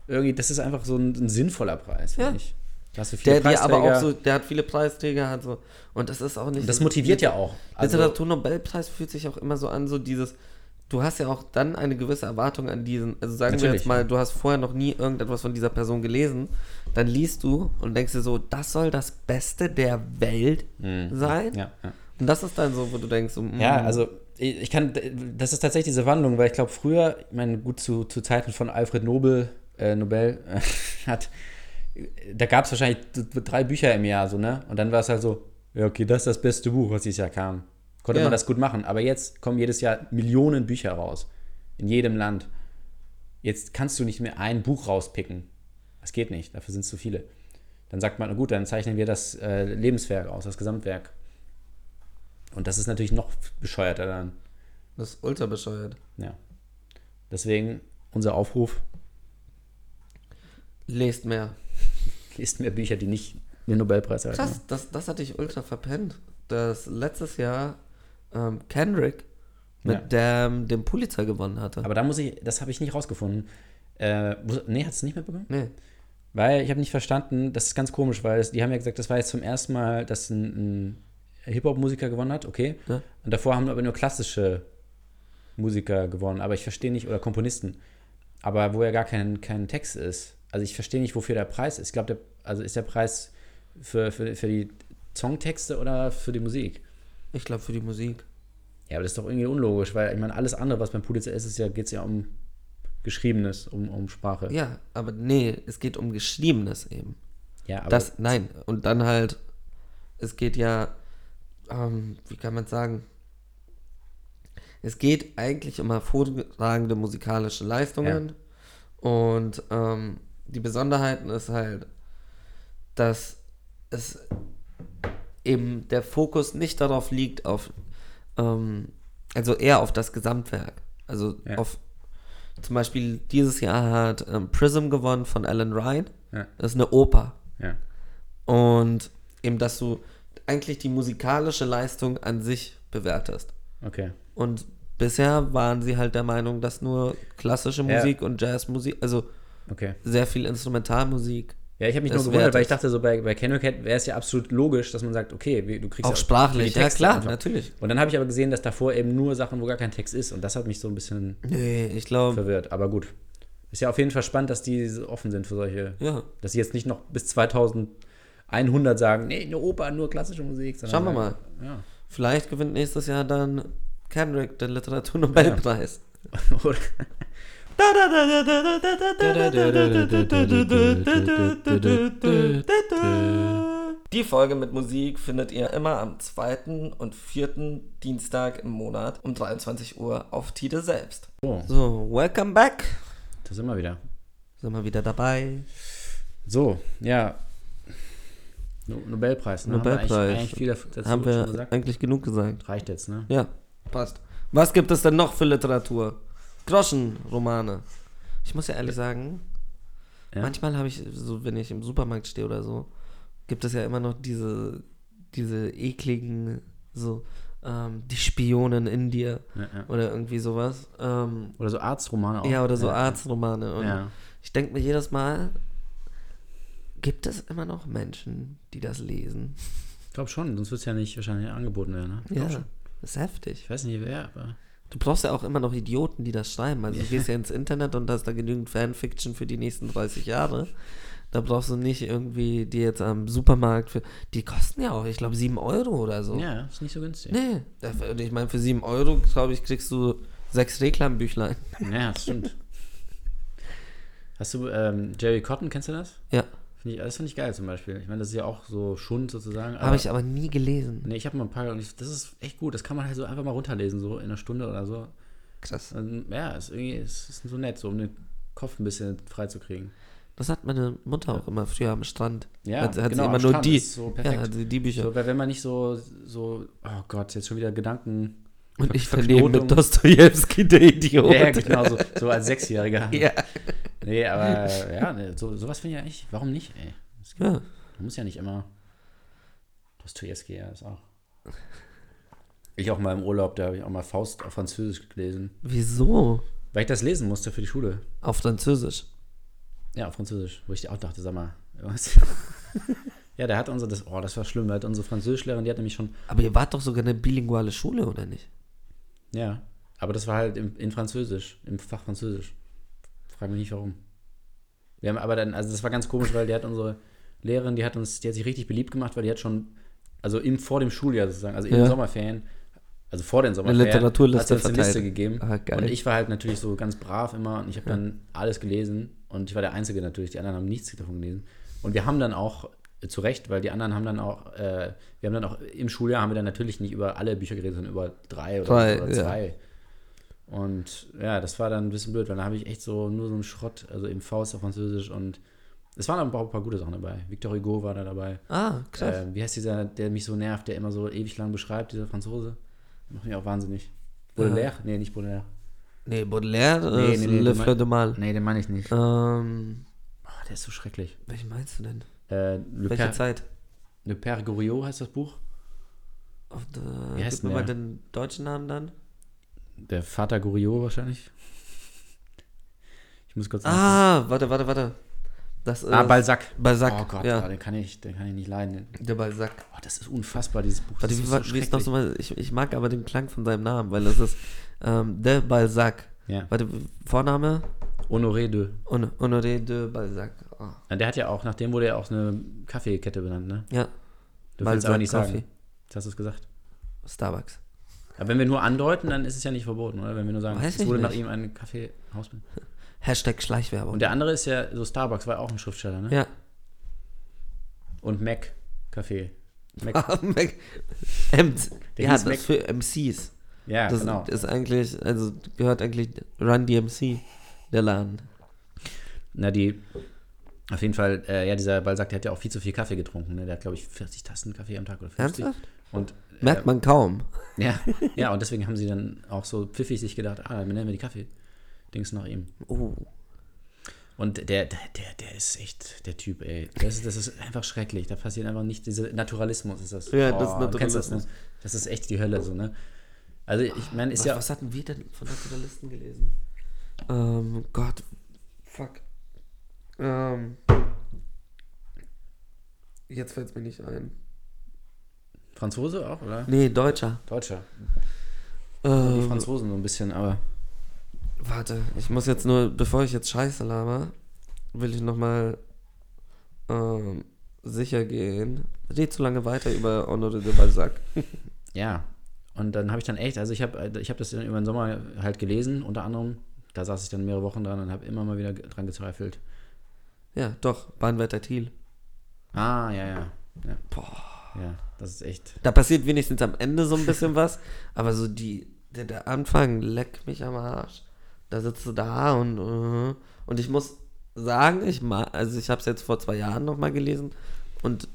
irgendwie, das ist einfach so ein, ein sinnvoller Preis, finde
Ja.
ich. Da hast du viele
der, der aber auch
Preisträger.
so, der hat viele Preisträger, hat so. Und das ist auch nicht.
Und das motiviert ja auch. Also,
Literaturnobelpreis fühlt sich auch immer so an, so dieses. Du hast ja auch dann eine gewisse Erwartung an diesen. Also sagen wir
Natürlich.
jetzt mal, du hast vorher noch nie irgendetwas von dieser Person gelesen. Dann liest du und denkst dir so, das soll das Beste der Welt sein.
Mhm. ja, ja.
Und das ist dann so, wo du denkst, so, mm,
Ja, also ich ich kann, das ist tatsächlich diese Wandlung, weil ich glaube, früher, ich meine, gut zu, zu Zeiten von Alfred Nobel, äh, Nobel, äh, (laughs) hat, da gab es wahrscheinlich d- drei Bücher im Jahr, so, ne? Und dann war es halt so, ja, okay, das ist das beste Buch, was dieses Jahr kam. Konnte
Ja.
man das gut machen. Aber jetzt kommen jedes Jahr Millionen Bücher raus. In jedem Land. Jetzt kannst du nicht mehr ein Buch rauspicken. Das geht nicht, dafür sind es zu viele. Dann sagt man, na gut, dann zeichnen wir das äh, Lebenswerk aus, das Gesamtwerk. Und das ist natürlich noch bescheuerter dann.
das ist ultra bescheuert.
Ja. Deswegen unser Aufruf, (laughs)
Lest mehr.
lest mehr Bücher, die nicht den Nobelpreis erhalten.
Krass, das, das hatte ich ultra verpennt. Dass letztes Jahr ähm, Kendrick mit
Ja.
dem, dem Pulitzer gewonnen hatte.
Aber da muss ich, das habe ich nicht rausgefunden. Äh, wo- nee, hat es nicht mitbekommen?
nee.
Weil ich habe nicht verstanden, das ist ganz komisch, weil es, die haben ja gesagt, das war jetzt zum ersten Mal, dass ein, ein Hip-Hop-Musiker gewonnen hat, okay.
Ja.
Und davor haben aber nur klassische Musiker gewonnen, aber ich verstehe nicht, oder Komponisten, aber wo ja gar kein, kein Text ist. Also ich verstehe nicht, wofür der Preis ist. Ich glaube, der- also ist der Preis für, für, für die Songtexte oder für die Musik?
Ich glaube für die Musik.
Ja, aber das ist doch irgendwie unlogisch, weil ich meine, alles andere, was beim Pulitzer ist, ist ja, geht es ja um Geschriebenes, um, um Sprache.
Ja, aber nee, es geht um Geschriebenes eben.
Ja, aber
das, nein. Und dann halt, es geht ja, ähm, wie kann man sagen? Es geht eigentlich um hervorragende musikalische Leistungen. Und ähm, die Besonderheiten ist halt, dass es eben der Fokus nicht darauf liegt, auf, ähm, also eher auf das Gesamtwerk. Also
Ja.
auf, zum Beispiel dieses Jahr hat ähm, Prism gewonnen von Alan Ryan.
Ja.
Das ist eine Oper.
ja.
Und eben, dass du eigentlich die musikalische Leistung an sich bewertest.
Okay.
Und bisher waren sie halt der Meinung, dass nur klassische
Ja.
Musik und Jazzmusik, also
Okay.
sehr viel Instrumentalmusik,
Ja, ich habe mich
Das
nur gewundert,
wert
weil
ist.
ich dachte, so bei, bei Kendrick wäre es ja absolut logisch, dass man sagt, okay, wie- du kriegst
auch
ja
sprachlich.
die
Ja,
Texte
klar,
einfach.
natürlich.
Und dann habe ich aber gesehen, dass davor eben nur Sachen, wo gar kein Text ist. Und das hat mich so ein bisschen
Nee, ich glaube,
verwirrt. Aber gut. Ist ja auf jeden Fall spannend, dass die so offen sind für solche.
ja.
Dass sie jetzt nicht noch bis 2100 sagen, nee, eine Oper, nur klassische Musik. sondern
Schauen wir mal.
sagen, Ja.
Vielleicht gewinnt nächstes Jahr dann Kendrick den Literaturnobelpreis.
(laughs) Oder-
Die Folge mit Musik findet ihr immer am zweiten und vierten Dienstag im Monat um 23 Uhr auf Tide selbst.
so,
So, welcome back.
da sind wir wieder.
Sind wir wieder dabei?
So, ja. No Nobelpreis, ne? Haben wir
Nobelpreis.
eigentlich, eigentlich viel dazu
Haben
schon
wir
gesagt.
eigentlich genug gesagt.
Reicht jetzt, ne?
Ja, passt. Was gibt es denn noch für Literatur? Groschenromane. Ich muss ja ehrlich sagen,
Ja.
manchmal habe ich, so wenn ich im Supermarkt stehe oder so, gibt es ja immer noch diese, diese ekligen, so, ähm, die Spionen in dir
Ja, ja.
oder irgendwie sowas. Ähm,
Oder so Arztromane auch.
ja, oder so Arztromane. Und
Ja.
ich denke mir jedes Mal, gibt es immer noch Menschen, die das lesen?
Ich glaube schon, sonst wird es ja nicht wahrscheinlich angeboten werden. Ne? Ich glaub
Ja,
schon.
das ist heftig.
Ich weiß nicht, wer, aber.
Du brauchst ja auch immer noch Idioten, die das schreiben. Also du gehst ja ins Internet und hast da genügend Fanfiction für die nächsten 30 Jahre. Da brauchst du nicht irgendwie die jetzt am Supermarkt für. Die kosten ja auch, ich glaube, 7 Euro oder so.
Ja, ist nicht so günstig.
Nee. da- und Ich meine, für 7 Euro, glaube ich, kriegst du sechs Reklambüchlein.
Ja, das stimmt. Hast du ähm, Jerry Cotton, kennst du das?
Ja.
Find ich, das finde ich geil zum Beispiel. Ich meine, das ist ja auch so Schund sozusagen.
Habe ich aber nie gelesen.
Nee, ich habe mal ein paar und ich, das ist echt gut. Das kann man halt so einfach mal runterlesen, so in einer Stunde oder so.
Krass.
Und, ja, ist irgendwie ist, ist so nett, so um den Kopf ein bisschen freizukriegen.
Das hat meine Mutter auch immer früher am Strand.
Ja,
hat, hat
genau,
sie
am
immer nur
Strand
die.
ist so perfekt.
ja, hat sie die Bücher.
So, weil wenn man nicht so, so, oh Gott, jetzt schon wieder Gedanken.
und ich
Ver-
verliere mit
Verknotung.
Dostojewski, der Idiot.
Ja, genau, so, so als Sechsjähriger.
(laughs) Ja.
Nee, aber ja, ne, so, sowas finde ich ja echt. Warum nicht, ey? Es gibt-
Ja.
Man muss ja nicht immer. Dostoevsky, ja, ist auch. Ich auch mal im Urlaub, da habe ich auch mal Faust auf Französisch gelesen.
Wieso?
Weil ich das lesen musste für die Schule.
Auf Französisch.
Ja, auf Französisch, wo ich auch dachte, sag mal, was? ja, der hat unsere, das, oh, das war schlimm, der hat unsere Französischlehrerin, die hat nämlich schon,
Aber ihr wart doch sogar eine bilinguale Schule, oder nicht?
ja, aber das war halt im, in Französisch, im Fach Französisch. Frag mich nicht warum. Wir haben aber dann, also das war ganz komisch, weil die hat unsere Lehrerin, die hat uns, die hat sich richtig beliebt gemacht, weil die hat schon, also im, vor dem Schuljahr sozusagen, also in den
Ja.
Sommerferien, also vor den Sommerferien,
Literaturliste
hat sie uns eine
verteilt.
Liste gegeben.
Ah, geil.
Und ich war halt natürlich so ganz brav immer und ich habe dann alles gelesen und ich war der Einzige natürlich, die anderen haben nichts davon gelesen. Und wir haben dann auch, äh, zu Recht, weil die anderen haben dann auch, äh, wir haben dann auch im Schuljahr haben wir dann natürlich nicht über alle Bücher geredet, sondern über drei oder,
Drei,
oder
Äh, ja.
zwei. Und ja, das war dann ein bisschen blöd, weil da habe ich echt so nur so einen Schrott, also eben Faust auf Französisch und es waren aber auch ein paar gute Sachen dabei. Victor Hugo war da dabei.
Ah, krass.
Ähm, wie heißt dieser, der mich so nervt, der immer so ewig lang beschreibt, dieser Franzose? Macht mich auch wahnsinnig. Baudelaire? Nee, nicht Baudelaire.
Nee, Baudelaire
Nee,
ist
nee, nee,
Le
du mein-
Fleur de Mal.
Nee, den meine ich nicht.
Ähm,
Oh, der ist so schrecklich.
welchen meinst du denn?
Äh, Le,
Welche
Père,
Zeit?
Le Père Goriot heißt das Buch.
Auf der,
Wie heißt
gib mir
denn
mal
der?
den deutschen Namen dann.
Der Vater Goriot wahrscheinlich. Ich muss kurz
Ah, warte, warte, warte. Das ist
nachdenken. ah, Balzac.
Balzac.
Oh Gott,
ja,
ah, den, kann ich, den kann ich nicht leiden.
der Balzac.
Oh, das ist unfassbar, dieses Buch.
Warte,
das
wie,
ist
war- wie ist noch so
schrecklich.
mal, ich, ich mag aber den Klang von seinem Namen, weil das ist ähm, der Balzac.
Ja.
Warte, Vorname?
Honoré de.
Hon- Honoré de Balzac. Ah.
Ja, der hat ja auch, nach dem wurde ja auch eine Kaffeekette benannt, ne?
Ja,
Du willst aber nicht
Kaffee.
sagen. Das hast du es gesagt.
Starbucks.
Aber wenn wir nur andeuten, dann ist es ja nicht verboten, oder? Wenn wir nur sagen,
Weiß
es
ich
wurde nach
nicht.
ihm ein Kaffeehaus benannt.
Hashtag Schleichwerbung.
Und der andere ist ja, so Starbucks war ja auch ein Schriftsteller, ne?
ja.
Und Mac Kaffee.
(laughs) Ah,
Mac.
Mac- M
Der
ja,
hieß
das
Mac-
für MCs.
Ja,
Das
genau.
ist eigentlich, also gehört eigentlich Run DMC, der Laden.
Na, die, auf jeden Fall, äh, ja, dieser Balzac, der hat ja auch viel zu viel Kaffee getrunken, ne? Der hat, glaube ich, 40 Tassen Kaffee am Tag oder 50.
Ernsthaft?
Und, äh,
Merkt man kaum.
Ja, ja, und deswegen haben sie dann auch so pfiffig sich gedacht, ah, dann nennen wir die Kaffee-Dings nach ihm.
Oh.
Und der, der, der, der ist echt der Typ, ey. Das ist, das ist einfach schrecklich. Da passiert einfach nicht, dieser Naturalismus ist das.
Ja, das ist
du kennst das, ne?
Naturalismus.
das ist echt die Hölle, so, ne? Also, ich meine, ist
Was,
ja.
was hatten wir denn von Naturalisten gelesen? Ähm, Gott. Fuck. Ähm. Jetzt fällt es mir nicht ein.
Franzose auch, oder?
Nee, Deutscher.
Deutscher. Die
Ähm,
Franzosen so ein bisschen, aber.
Warte, ich muss jetzt nur, bevor ich jetzt Scheiße laber, will ich nochmal ähm, sicher gehen. Red zu lange weiter über Honoré de Balzac.
Ja. Und dann habe ich dann echt, also ich habe ich hab das dann über den Sommer halt gelesen, unter anderem. Da saß ich dann mehrere Wochen dran und habe immer mal wieder dran gezweifelt.
Ja, doch, Bahnwärter Thiel.
Ah, ja, ja. ja.
Boah.
Ja, das ist echt.
Da passiert wenigstens am Ende so ein bisschen was, aber so die, der, der Anfang, leck mich am Arsch. Da sitzt du da und, äh, und ich muss sagen, ich ma also ich habe es jetzt vor zwei Jahren nochmal gelesen und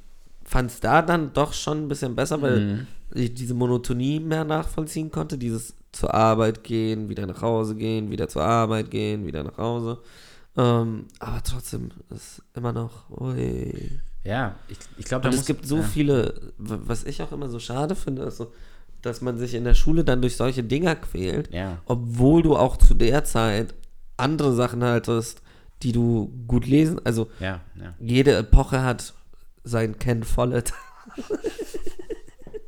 fand es da dann doch schon ein bisschen besser, weil ich diese Monotonie mehr nachvollziehen konnte, dieses zur Arbeit gehen, wieder nach Hause gehen, wieder zur Arbeit gehen, wieder nach Hause. Ähm, aber trotzdem ist immer noch, ui.
Ja, ich, ich glaube, da
Und
muss.
es gibt so
ja.
viele, w- was ich auch immer so schade finde, ist so, dass man sich in der Schule dann durch solche Dinger quält,
Ja.
obwohl du auch zu der Zeit andere Sachen hattest, die du gut lesen. Also
Ja, ja.
jede Epoche hat sein Ken Follett. (laughs)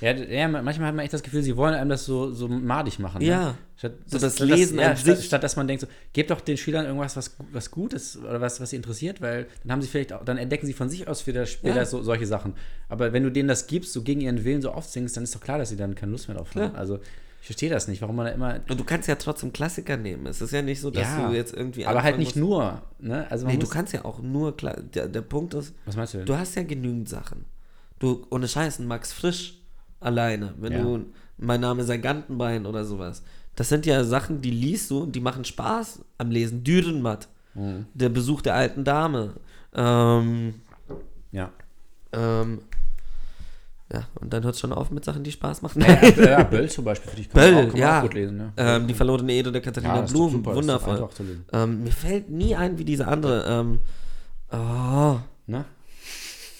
Ja, d- ja, ma- manchmal hat man echt das Gefühl, sie wollen einem das so, so madig machen.
Ja.
Ne? Statt,
So das Lesen
ja,
an
statt,
sich.
Statt dass man denkt, so, gebt doch den Schülern irgendwas, was, gu- was gut ist oder was, was sie interessiert, weil dann haben sie vielleicht auch, dann entdecken sie von sich aus wieder später
Ja.
so, solche Sachen. Aber wenn du denen das gibst, so gegen ihren Willen so oft singst, dann ist doch klar, dass sie dann keine Lust mehr drauf haben.
Klar.
Also ich verstehe das nicht, warum man da immer.
Und du kannst ja trotzdem Klassiker nehmen. Es ist ja nicht so, dass
Ja,
du jetzt irgendwie.
aber halt
anfangen
nicht
musst-
nur. Ne? Also man
Nee, du
muss,
kannst ja auch nur. Kla der, der Punkt ist,
was meinst du denn?
Du hast ja genügend Sachen. Du, ohne Scheiß, ein Max Frisch alleine, wenn
Ja.
du, mein Name ist ein Gantenbein oder sowas. Das sind ja Sachen, die liest du und die machen Spaß am Lesen. Dürrenmatt,
Mhm.
der Besuch der alten Dame. Ähm,
ja.
ähm, ja, und dann hört schon auf mit Sachen, die Spaß machen.
Ja, ja,
(laughs)
Äh, ja, Böll zum Beispiel, finde ich, kann man auch,
Böll,
kann man
ja.
auch gut lesen. Ne?
ähm, die verlorene Ede der Katharina
Ja, das ist doch
Blum,
super, das ist doch
wundervoll.
einfach zu lesen.
Ähm, mir fällt nie ein, wie diese andere ähm, Ah,
Ne?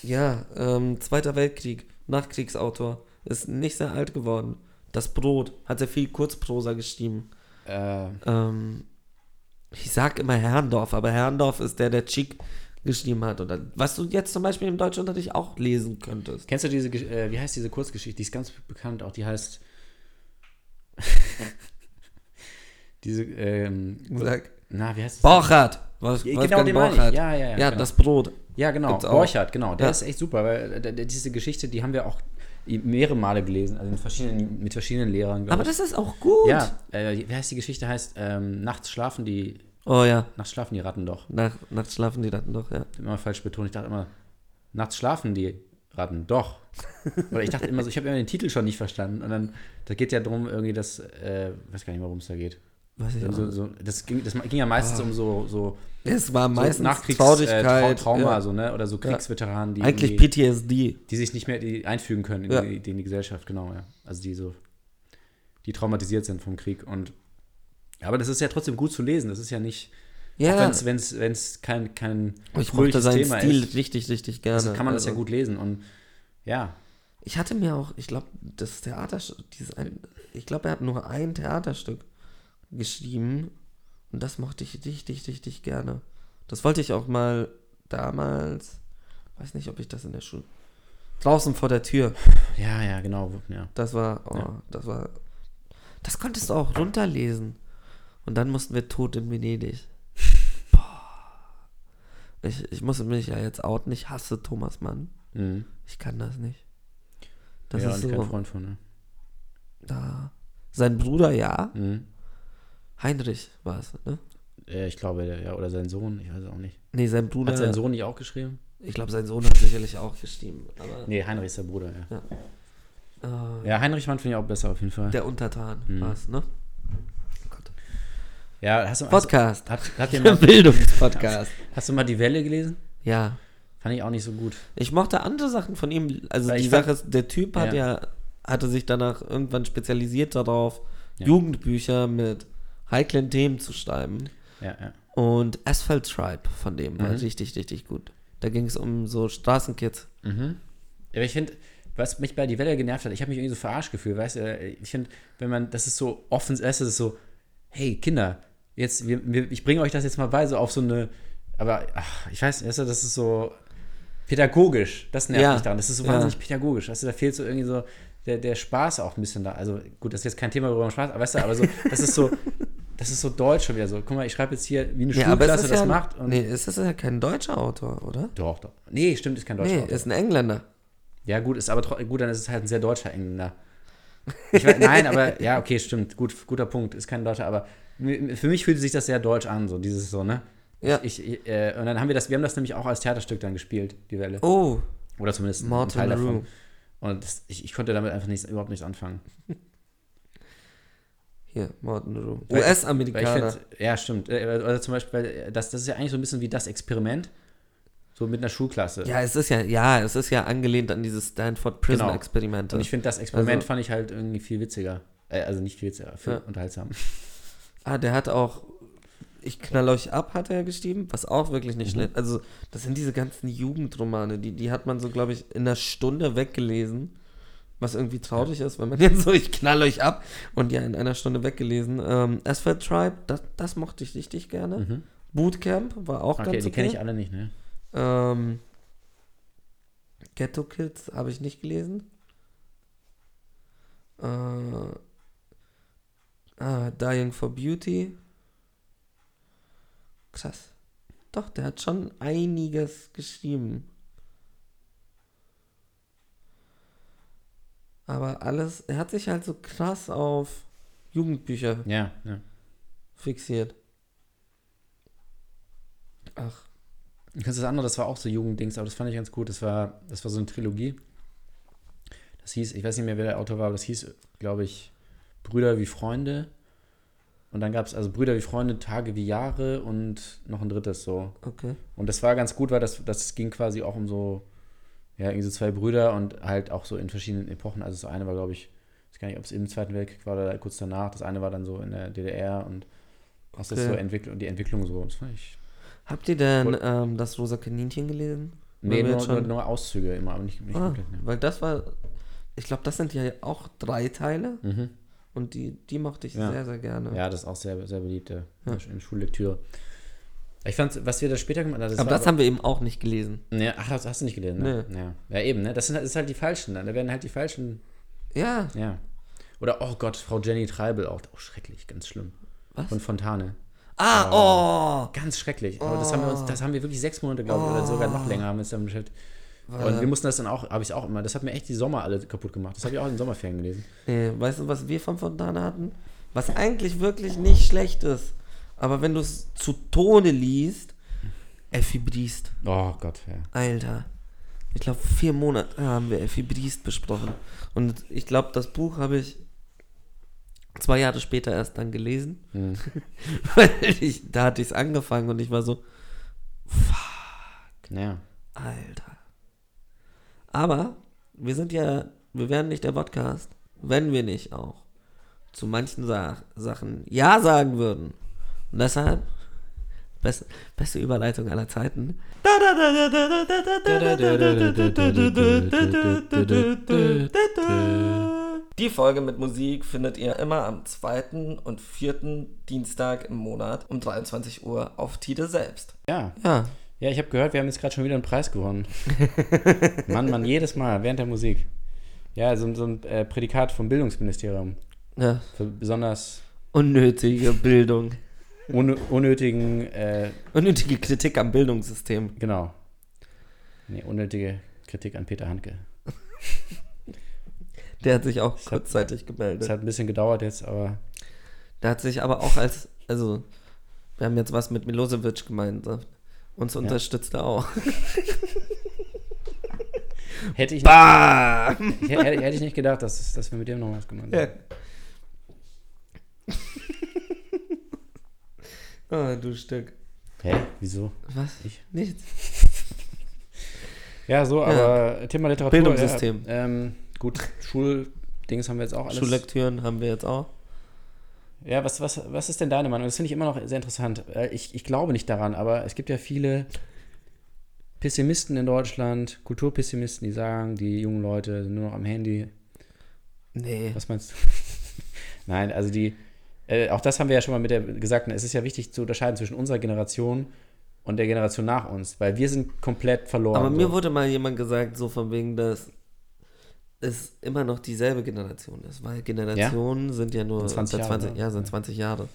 ja, ähm, Zweiter Weltkrieg, Nachkriegsautor. Ist nicht sehr alt geworden. Das Brot, hat sehr viel Kurzprosa geschrieben.
Äh,
Ähm, ich sag immer Herrndorf, aber Herrndorf ist der, der Chick geschrieben hat. Oder was du jetzt zum Beispiel im Deutschunterricht auch lesen könntest.
kennst du diese, Gesch- äh, wie heißt diese Kurzgeschichte? Die ist ganz bekannt auch, die heißt. (laughs) diese, ähm,
Sag.
na, wie heißt das?
Borchardt. Was,
Ja,
Wolfgang
genau, den meine ich.
Borchardt.
Ja, ja, ja,
Ja,
genau.
das Brot.
Ja, genau.
Gibt's auch.
Borchardt, genau. Der
Ja.
ist echt super, weil äh, d- d- diese Geschichte, die haben wir auch mehrere Male gelesen, also in verschiedenen, mit verschiedenen Lehrern. glaub
Aber
ich.
das ist auch gut.
Ja, äh, wie heißt die Geschichte? Heißt, ähm, nachts schlafen die,
Oh ja,
nachts schlafen die Ratten doch.
nach, nachts schlafen die dann doch, ja.
Immer falsch betont. Ich dachte immer, nachts schlafen die Ratten doch. Oder ich dachte immer so, ich habe immer den Titel schon nicht verstanden. Und dann, da geht ja drum irgendwie, dass, äh, weiß gar nicht mehr, worum es da geht.
Weiß ich auch
So, so, das, ging, das ging ja meistens um so, so,
nicht. Es war Ah. meistens
so Nachkriegs äh, Trau-
Traurigkeit.
Trauma,
ja.
so, ne? Oder so Kriegsveteranen, die
Eigentlich
irgendwie-
PTSD.
die sich nicht mehr die einfügen können in,
Ja.
die, die- in die Gesellschaft, genau, ja. Also die so, die traumatisiert sind vom Krieg und aber das ist ja trotzdem gut zu lesen. Das ist ja nicht,
Ja,
wenn's wenn es wenn's kein, kein
ich mochte seinen Stil
ist,
richtig, richtig gerne.
also kann man das ja
Also,
gut lesen. Und ja,
Ich hatte mir auch, ich glaube, das Theater, dieses ein, ich glaube, er hat nur ein Theaterstück geschrieben und das mochte ich richtig, richtig gerne. Das wollte ich auch mal damals, weiß nicht, ob ich das in der Schule, draußen vor der Tür,
ja, ja, genau, ja.
das war, oh, das war, das konntest du auch runterlesen. Und dann mussten wir tot in Venedig.
(laughs)
Boah. Ich, ich muss mich ja jetzt outen, ich hasse Thomas Mann.
Mhm.
Ich kann das nicht. Das
ja,
ist
und
so.
kein Freund von, ne?
Da. Sein Bruder, ja.
Mhm.
Heinrich war es, ne?
Äh, Ich glaube, der- ja, oder sein Sohn, ich weiß auch nicht.
Nee, sein Bruder.
Hat sein Sohn nicht auch geschrieben?
Ich glaube, sein Sohn hat sicherlich auch geschrieben. Aber
Nee, Heinrich ist der Bruder, ja.
äh,
Ja, Heinrich Mann finde ich auch besser auf jeden Fall.
der Untertan
Mhm.
war es,
Also-
ne? Gott.
ja, hast du, hast,
Podcast.
hat, (laughs) hat dir mal,
Bildungspodcast.
hast du mal die Welle gelesen?
ja.
Fand ich auch nicht so gut.
Ich mochte andere Sachen von ihm. Also
Weil
die
ich fand-
Sache ist, der Typ hat ja. hatte sich danach irgendwann spezialisiert darauf,
Ja.
Jugendbücher mit heiklen Themen zu schreiben.
Ja, ja.
Und Asphalt Tribe von dem
Mhm.
war richtig, richtig gut. Da ging es um so Straßenkids.
Aber ich finde, was mich bei Die Welle genervt hat, ich habe mich irgendwie so verarscht gefühlt, weißt du? äh, Ich finde, wenn man, das ist so offen, es ist so, hey Kinder, jetzt, wir, wir, ich bringe euch das jetzt mal bei, so auf so eine, aber ach, ich weiß, weißt du, das ist so pädagogisch, das nervt
Ja.
mich daran, das ist so
Ja.
wahnsinnig pädagogisch, weißt du, da fehlt so irgendwie so der, der Spaß auch ein bisschen da. Also gut, das ist jetzt kein Thema, worüber man Spaß, aber weißt du, aber so, das ist so, das ist so deutsch schon wieder so. Guck mal, ich schreibe jetzt hier, wie eine
Ja, aber es
Schulklasse
ist
das
ja,
macht und
nee, es ist ja kein deutscher Autor, oder?
doch, doch. Nee, stimmt, ist kein deutscher
Nee,
Autor.
ist ein Engländer.
Ja, gut, ist aber tro- gut, dann ist es halt ein sehr deutscher Engländer. Ich weiß, nein,
(laughs)
aber ja, okay, stimmt. Gut, guter Punkt. Ist kein Deutscher, aber mi- für mich fühlte sich das sehr deutsch an, so dieses so, ne?
Ja.
Ich, ich, äh, und dann haben wir das, wir haben das nämlich auch als Theaterstück dann gespielt, die Welle.
Oh,
Oder zumindest ein
Martin
Teil
Rue.
davon. Und das, ich, ich konnte damit einfach nichts, überhaupt nichts anfangen.
hier, Morton Rue.
Weil- Weil ich
US-Amerikaner.
find, ja, stimmt. Äh, Oder zum Beispiel, weil das, das ist ja eigentlich so ein bisschen wie das Experiment. So mit einer Schulklasse.
Ja, es ist ja, ja, es ist ja angelehnt an dieses Stanford Prison
Genau.
Experiment.
Und ich finde, das Experiment
Also-
fand ich halt irgendwie viel witziger. Äh, also nicht viel witziger, viel
Ja.
unterhaltsam.
Ah, der hat auch Ich knall euch ab, hat er geschrieben, was auch wirklich
Mhm.
nicht schlecht. Also, das sind diese ganzen Jugendromane, die, die hat man so, glaube ich, in einer Stunde weggelesen. Was irgendwie traurig ist, wenn man (laughs) jetzt so, ich knall euch ab und ja, in einer Stunde weggelesen. Ähm, Asphalt Tribe, das, das mochte ich richtig gerne. Bootcamp war auch
Mhm. Okay,
ganz
die
okay.
kenne ich alle nicht, ne?
Ähm, Ghetto Kids habe ich nicht gelesen. Äh, ah, Dying for Beauty. Krass. Doch, der hat schon einiges geschrieben. Aber alles, er hat sich halt so krass auf Jugendbücher
Ja, ja.
fixiert. Ach,
Du kennst das andere, das war auch so Jugenddings, aber das fand ich ganz gut. Das war, das war so eine Trilogie. Das hieß, ich weiß nicht mehr, wer der Autor war, aber das hieß, glaube ich, Brüder wie Freunde. Und dann gab es also Brüder wie Freunde, Tage wie Jahre und noch ein drittes so.
okay.
Und das war ganz gut, weil das, das ging quasi auch um so, ja, irgendwie so zwei Brüder und halt auch so in verschiedenen Epochen. Also das eine war, glaube ich, ich weiß gar nicht, ob es im Zweiten Weltkrieg war oder kurz danach. Das eine war dann so in der DDR und was das
Okay.
so entwickelt und die Entwicklung so. Das fand ich
Habt ihr denn ähm, das rosa Kaninchen gelesen?
Nee,
Weil wir
nur,
jetzt
nur, nur Auszüge immer, aber nicht, nicht
ah,
komplett. Ne?
weil das war, ich glaube, das sind ja auch drei Teile und die, die mochte ich
Mhm. Ja.
sehr, sehr gerne.
Ja, das ist auch sehr, sehr beliebt ja. in Schullektüre. Ich fand, was wir da später gemacht haben, das
aber
war
das haben wir eben auch nicht gelesen.
Nee, ach, das hast du nicht gelesen, ne? Ja. ja, eben, ne? Das sind, halt- das ist halt die Falschen dann. Da werden halt die Falschen.
Ja,
Ja. Oder, oh Gott, Frau Jenny Treibel auch. Oh, schrecklich, ganz schlimm. Was? Von Fontane.
ah, oh,
Ganz schrecklich. Aber das haben wir uns, das haben wir wirklich sechs Monate, glaube ich, oder sogar noch länger haben wir uns damit beschäftigt. Und wir mussten das dann auch, habe ich auch immer, das hat mir echt die Sommer alle kaputt gemacht. Das habe ich auch in den Sommerferien gelesen.
Nee, oh! Äh, weißt du, was wir von Fontane hatten? Was eigentlich wirklich nicht schlecht ist. Aber wenn du es zu Tode liest, Effi Briest,
Oh Gott, ja.
Alter. Ich glaube, vier Monate äh, haben wir Effi Briest besprochen. Und ich glaube, das Buch habe ich zwei Jahre später erst dann gelesen. (laughs) Weil ich, da hatte ich es angefangen und ich war so,
Ja.
Alter. Aber wir sind ja, wir wären nicht der Podcast, wenn wir nicht auch zu manchen Sa Sachen Ja sagen würden. Und deshalb, best, beste Überleitung aller Zeiten. Die Folge mit Musik findet ihr immer am zweiten und vierten Dienstag im Monat um 23 Uhr auf Tide selbst.
Ja.
Ja,
Ja, ich habe gehört, wir haben jetzt gerade schon wieder einen Preis (laughs) gewonnen. Mann, Mann, jedes Mal, während der Musik. Ja, so, ein- so ein äh, Prädikat vom Bildungsministerium.
ja.
Für besonders
Unnötige Bildung.
un unnötigen, äh,
Unnötige Kritik am Bildungssystem.
genau. Nee, unnötige Kritik an Peter Handke.
Der hat sich auch
hat-
kurzzeitig
Es
gemeldet.
hat ein bisschen gedauert jetzt, aber
Der hat sich aber auch als, also, wir haben jetzt was mit Milosevic gemeint. ne? Uns unterstützt er auch.
hätte ich nicht,
(laughs) Bam!
hätte, hätte ich nicht gedacht, dass, dass wir mit dem noch was gemacht haben.
(laughs) Ja. Ah, du Stück.
Hä? Wieso?
Was?
Ich?
Nichts.
Ja, so, aber Thema Literatur.
Bildungssystem.
Ja, ähm, gut, Schuldings haben wir jetzt auch alles.
Schullektüren haben wir jetzt auch.
Ja, was, was, was ist denn deine Meinung? Das finde ich immer noch sehr interessant. Äh, Ich, ich glaube nicht daran, aber es gibt ja viele Pessimisten in Deutschland, Kulturpessimisten, die sagen, die jungen Leute sind nur noch am Handy.
Nee.
Was meinst du? (laughs) Nein, also die, äh, auch das haben wir ja schon mal mit der gesagt, ne, es ist ja wichtig zu unterscheiden zwischen unserer Generation und der Generation nach uns, weil wir sind komplett verloren.
Aber mir
so.
wurde mal jemand gesagt, so von wegen, dass es immer noch dieselbe Generation ist, weil Generationen sind ja nur
20
unter
Jahre,
20
ne?
ja, sind 20 Jahre.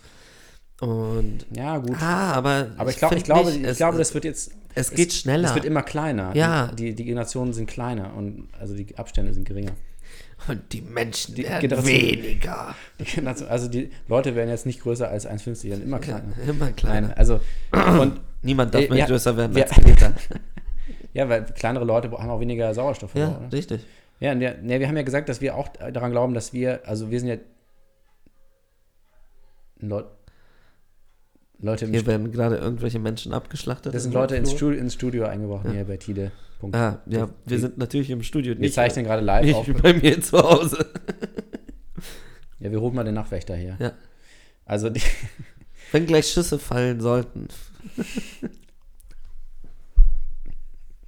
Und
ja, gut.
ah, aber,
aber ich, glaub, ich
find
glaube,
nicht,
ich
es,
glaube, das wird jetzt.
es geht schneller.
Es wird immer kleiner.
Ja.
Die, die Generationen sind kleiner und also die Abstände sind geringer.
und die Menschen
Die
werden
Generation-
weniger.
Die Generation, also die Leute werden jetzt nicht größer als 1,50, dann immer kleiner.
Immer kleiner.
Nein, also und
Niemand darf
Äh,
mehr
ja,
größer werden
ja.
als Peter.
(laughs) ja, weil kleinere Leute haben auch weniger Sauerstoff.
Ja,
verbraucht, ne?
richtig.
ja, und wir, ne, wir haben ja gesagt, dass wir auch daran glauben, dass wir, also wir sind ja Leut, Leute, im
Hier
Stu-
werden gerade irgendwelche Menschen abgeschlachtet.
das sind
im
Leute ins
Flur.
Studio, ins Studio eingebrochen hier bei Tide. Punkt.
Ah, ja, wir sind natürlich im Studio.
wir
Nicht,
zeichnen gerade live auf.
(laughs) nicht bei mir zu Hause.
Ja, wir holen mal den Nachtwächter hier.
Ja.
Also die, (laughs)
Wenn gleich Schüsse fallen sollten,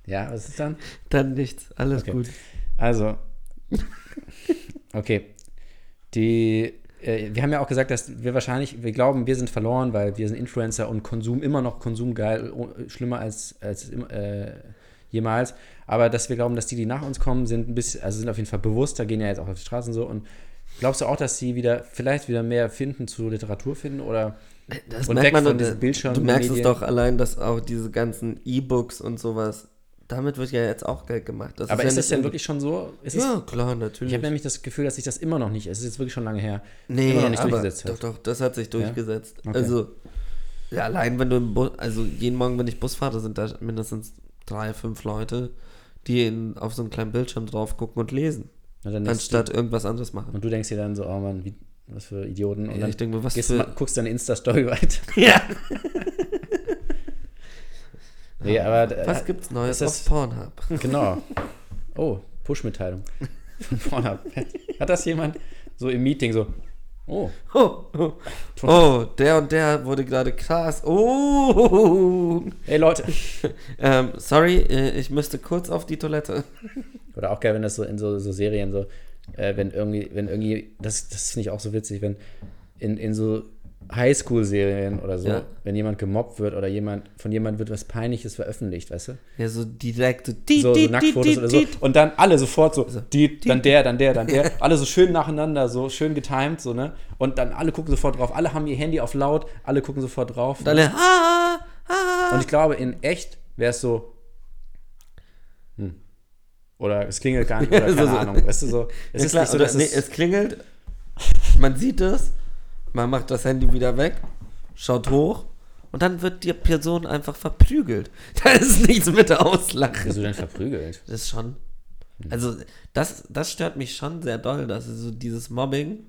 ja, was ist dann?
dann nichts. Alles
Okay.
gut.
Also. Okay. Die. Äh, wir haben ja auch gesagt, dass wir wahrscheinlich, wir glauben, wir sind verloren, weil wir sind Influencer und Konsum immer noch konsumgeil, oh, schlimmer als, als im- äh, jemals. Aber dass wir glauben, dass die, die nach uns kommen, sind ein bisschen, also sind auf jeden Fall bewusster, gehen ja jetzt auch auf die Straßen so. Und glaubst du auch, dass sie wieder, vielleicht wieder mehr finden zu Literatur finden oder
Das
Und
merkt
weg
man
von
doch,
diesen Bildschirmen
Du
und
merkst es
Medien.
doch allein, dass auch diese ganzen E-Books und sowas, damit wird ja jetzt auch Geld gemacht. Das
aber
ja
ist das
nicht
denn wirklich schon so? Ist es-
Ja, klar,
ich
natürlich.
habe nämlich das Gefühl, dass sich das immer noch nicht, es ist jetzt wirklich schon lange her,
nee,
immer noch nicht
aber,
durchgesetzt hat.
Doch, doch, das hat sich durchgesetzt.
Okay.
Also, ja, allein wenn du im Bus, also jeden Morgen, wenn ich Bus fahre, sind da mindestens drei, fünf Leute, die in, auf so einen kleinen Bildschirm drauf gucken und lesen,
Na, dann lässt du-
anstatt irgendwas
(laughs)
anderes machen.
Und du denkst dir dann so, oh Mann, wie, was für Idioten. Und
Ja,
dann
ich denk mir, was
gehst,
für-
ma- guckst deine Insta-Story (laughs) weiter.
Ja.
Nee, aber. äh,
Was gibt's Neues
ist das-
auf Pornhub?
Genau.
(laughs)
Oh, Push-Mitteilung. Von vorne ab. Hat das jemand so im Meeting so, Oh,
Oh, oh. (laughs) oh, der und der wurde gerade krass. Oh. (laughs)
hey Leute.
Ähm, sorry, äh, ich müsste kurz auf die Toilette.
Oder auch geil, wenn das so in so, so Serien so, äh, wenn irgendwie, wenn irgendwie, das, das finde ich auch so witzig, wenn in, in so Highschool-Serien oder so,
Ja.
wenn jemand gemobbt wird oder jemand, von jemandem wird was Peinliches veröffentlicht, weißt du?
Ja, so direkt. So,
So, so Nacktfotos oder so. Und dann alle sofort so, die, dann der, dann der, dann der. Alle so schön nacheinander, so schön getimed, so, ne? Und dann alle gucken sofort drauf. Alle haben ihr Handy auf laut, alle gucken sofort drauf.
Und alle, ah, ah.
Und ich glaube, in echt wäre es so. Hm. Oder es klingelt gar nicht,
(laughs)
oder keine
So, so.
Ahnung. Weißt du, so, es
Ja,
ist
klar,
nicht so,
oder,
dass
nee,
es,
es klingelt, man sieht es, man macht das Handy wieder weg, schaut hoch und dann wird die Person einfach verprügelt. (laughs) Da ist nichts mit Auslachen.
Wieso denn verprügelt?
Das ist schon.
Hm.
Also, das, das stört mich schon sehr doll, dass so dieses Mobbing,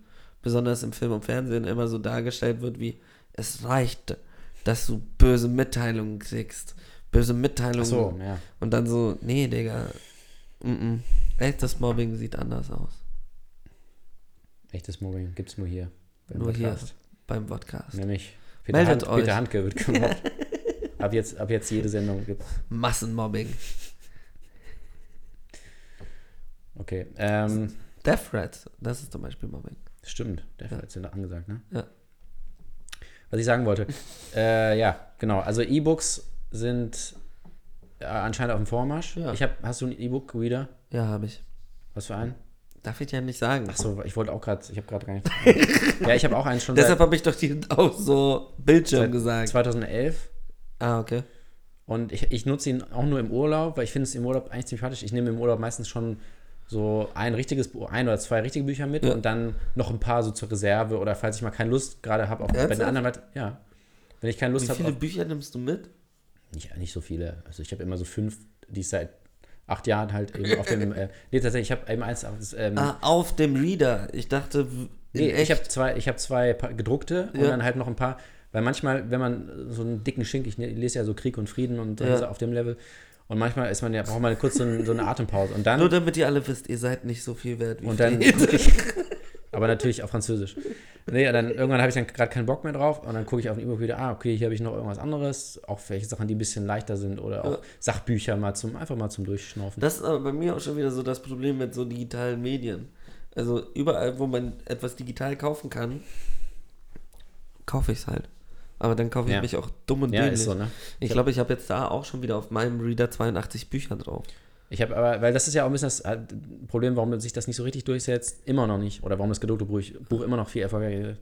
besonders im Film und Fernsehen, immer so dargestellt wird, wie es reicht, dass du böse Mitteilungen kriegst. Böse Mitteilungen.
so, ja.
Und dann so, nee, Digga. Mm -mm. Echtes Mobbing sieht anders aus.
Echtes Mobbing gibt's nur hier. beim
Nur
Podcast.
hier beim Podcast.
Nämlich Peter,
Meldet
Hand,
euch.
Peter Handke
(laughs)
wird gemobbt. ab, jetzt, ab jetzt jede Sendung gibt's.
Massenmobbing.
Okay. Ähm,
Death Threats, das ist zum Beispiel Mobbing.
stimmt, der hat es ja angesagt, ne?
Ja.
Was ich sagen wollte. äh, ja, genau. Also E-Books sind äh, anscheinend auf dem Vormarsch.
Ja.
Ich hab, hast du ein E-Book wieder?
Ja, habe ich.
Was für einen?
Darf ich ja nicht sagen.
Achso, ich wollte auch gerade, ich habe gerade
(laughs)
gar nicht. ja, ich habe auch einen schon
Deshalb habe ich doch die auch so Bildschirm
seit, seit
gesagt.
2011
Ah, okay.
und ich, ich nutze ihn auch nur im Urlaub, weil ich finde es im Urlaub eigentlich ziemlich praktisch. Ich nehme im Urlaub meistens schon so ein richtiges, Bu- ein oder zwei richtige Bücher mit
Ja.
und dann noch ein paar so zur Reserve oder falls ich mal keine Lust gerade habe, auch bei den
Ernsthaft?
anderen, halt, ja. Wenn ich keine Lust
Wie viele
habe,
Bücher nimmst du mit?
nicht, nicht so viele. Also ich habe immer so fünf, die ich seit acht Jahren halt eben auf dem,
(laughs)
äh, nee, tatsächlich, ich habe eben eins, auf das, ähm,
Ah, auf dem Reader. Ich dachte, w- in
Nee, ich
echt.
habe zwei, ich hab zwei pa- gedruckte und
Ja.
dann halt noch ein paar, weil manchmal, wenn man so einen dicken Schink, ich ne- lese ja so Krieg und Frieden und äh,
Ja.
so auf dem Level, und manchmal ist man ja, braucht man kurz so, ein, so eine Atempause. Und dann,
(laughs) Nur damit ihr alle wisst, ihr seid nicht so viel wert wie
und dann
Fred.
guck ich, aber natürlich auf Französisch. Nee, und dann irgendwann habe ich dann gerade keinen Bock mehr drauf und dann gucke ich auf den E-Book wieder, ah, okay, hier habe ich noch irgendwas anderes, auch welche Sachen, die ein bisschen leichter sind oder auch Sachbücher mal zum, einfach mal zum Durchschnaufen.
(laughs) Das ist aber bei mir auch schon wieder so das Problem mit so digitalen Medien. Also überall, wo man etwas digital kaufen kann, kaufe ich es halt. Aber dann kaufe ich
Ja.
mich auch dumm und
ja,
dämlich.
ist so, ne?
Ich glaube, ich habe jetzt da auch schon wieder auf meinem Reader 82 Bücher drauf.
Ich habe aber, weil das ist ja auch ein bisschen das äh, Problem, warum sich das nicht so richtig durchsetzt, immer noch nicht, oder warum das gedruckte Buch, Buch immer noch viel erfolgreicher,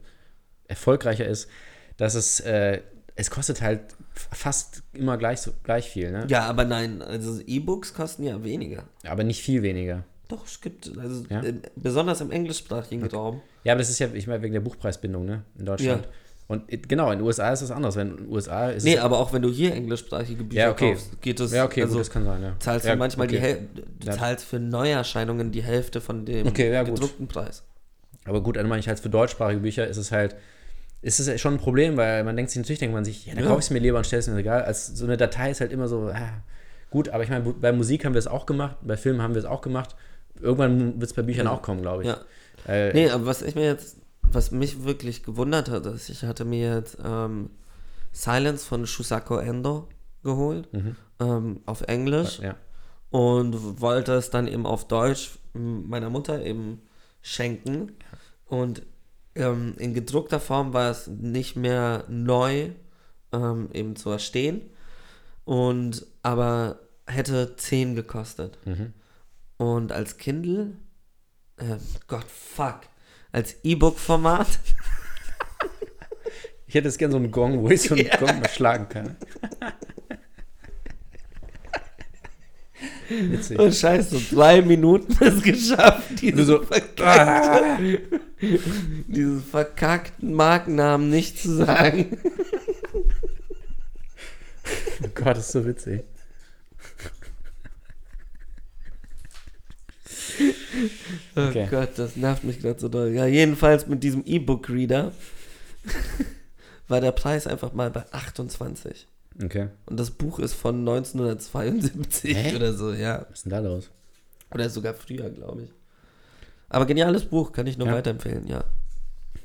erfolgreicher ist, dass es, äh, es kostet halt f- fast immer gleich, so, gleich viel, ne?
Ja, aber nein, also E-Books kosten ja weniger.
Aber nicht viel weniger.
Doch, es gibt, also
Ja?
äh, besonders im englischsprachigen Raum.
Ja, aber das ist ja, ich meine, wegen der Buchpreisbindung, ne? In Deutschland.
Ja.
Und äh, genau, in den USA ist das anders. Wenn in den USA ist
Nee,
es,
aber auch wenn du hier englischsprachige Bücher
Ja, okay.
kaufst, geht es.
Ja, okay, gut,
also,
das kann sein, ja.
Zahlst
Ja,
du manchmal die
okay.
Hälfte, du
Ja.
zahlst für Neuerscheinungen die Hälfte von dem
Okay, ja, gut.
gedruckten Preis.
Aber gut, dann meine ich halt für deutschsprachige Bücher ist es halt, ist es schon ein Problem, weil man denkt sich, natürlich denkt man sich, ja, dann
Ja.
kauf ich es mir lieber und stell es mir egal. Als so eine Datei ist halt immer so, ah, gut, aber ich meine, bu- bei Musik haben wir es auch gemacht, bei Filmen haben wir es auch gemacht. Irgendwann wird es bei Büchern auch kommen, glaube ich.
Ja.
Äh,
Nee, aber was ich mir jetzt, was mich wirklich gewundert hat, ist, ich hatte mir jetzt ähm, Silence von Shusako Endo geholt, ähm, auf Englisch.
Mhm. ja.
und wollte es dann eben auf Deutsch m, meiner Mutter eben schenken. Und ähm, in gedruckter Form war es nicht mehr neu ähm, eben zu erstehen. Und aber hätte 10 gekostet. Und als Kindle, ähm, Gott fuck, als E-Book-Format
Ich hätte es gerne so einen Gong, wo ich so (laughs) einen Gong mal schlagen kann. (laughs) Witzig.
Oh, scheiße, drei Minuten ist geschafft. Dieses,
so, ah.
verkackte, diesen verkackten Markennamen nicht zu sagen.
Oh Gott, das ist so witzig.
Oh
Okay.
Gott, das nervt mich gerade so doll. Ja, jedenfalls mit diesem E-Book-Reader (laughs) war der Preis einfach mal bei 28.
Okay.
Und das Buch ist von 1972
Hä?
oder so, ja.
Was ist denn da los?
Oder sogar früher, glaube ich. Aber geniales Buch, kann ich nur
Ja.
weiterempfehlen, ja.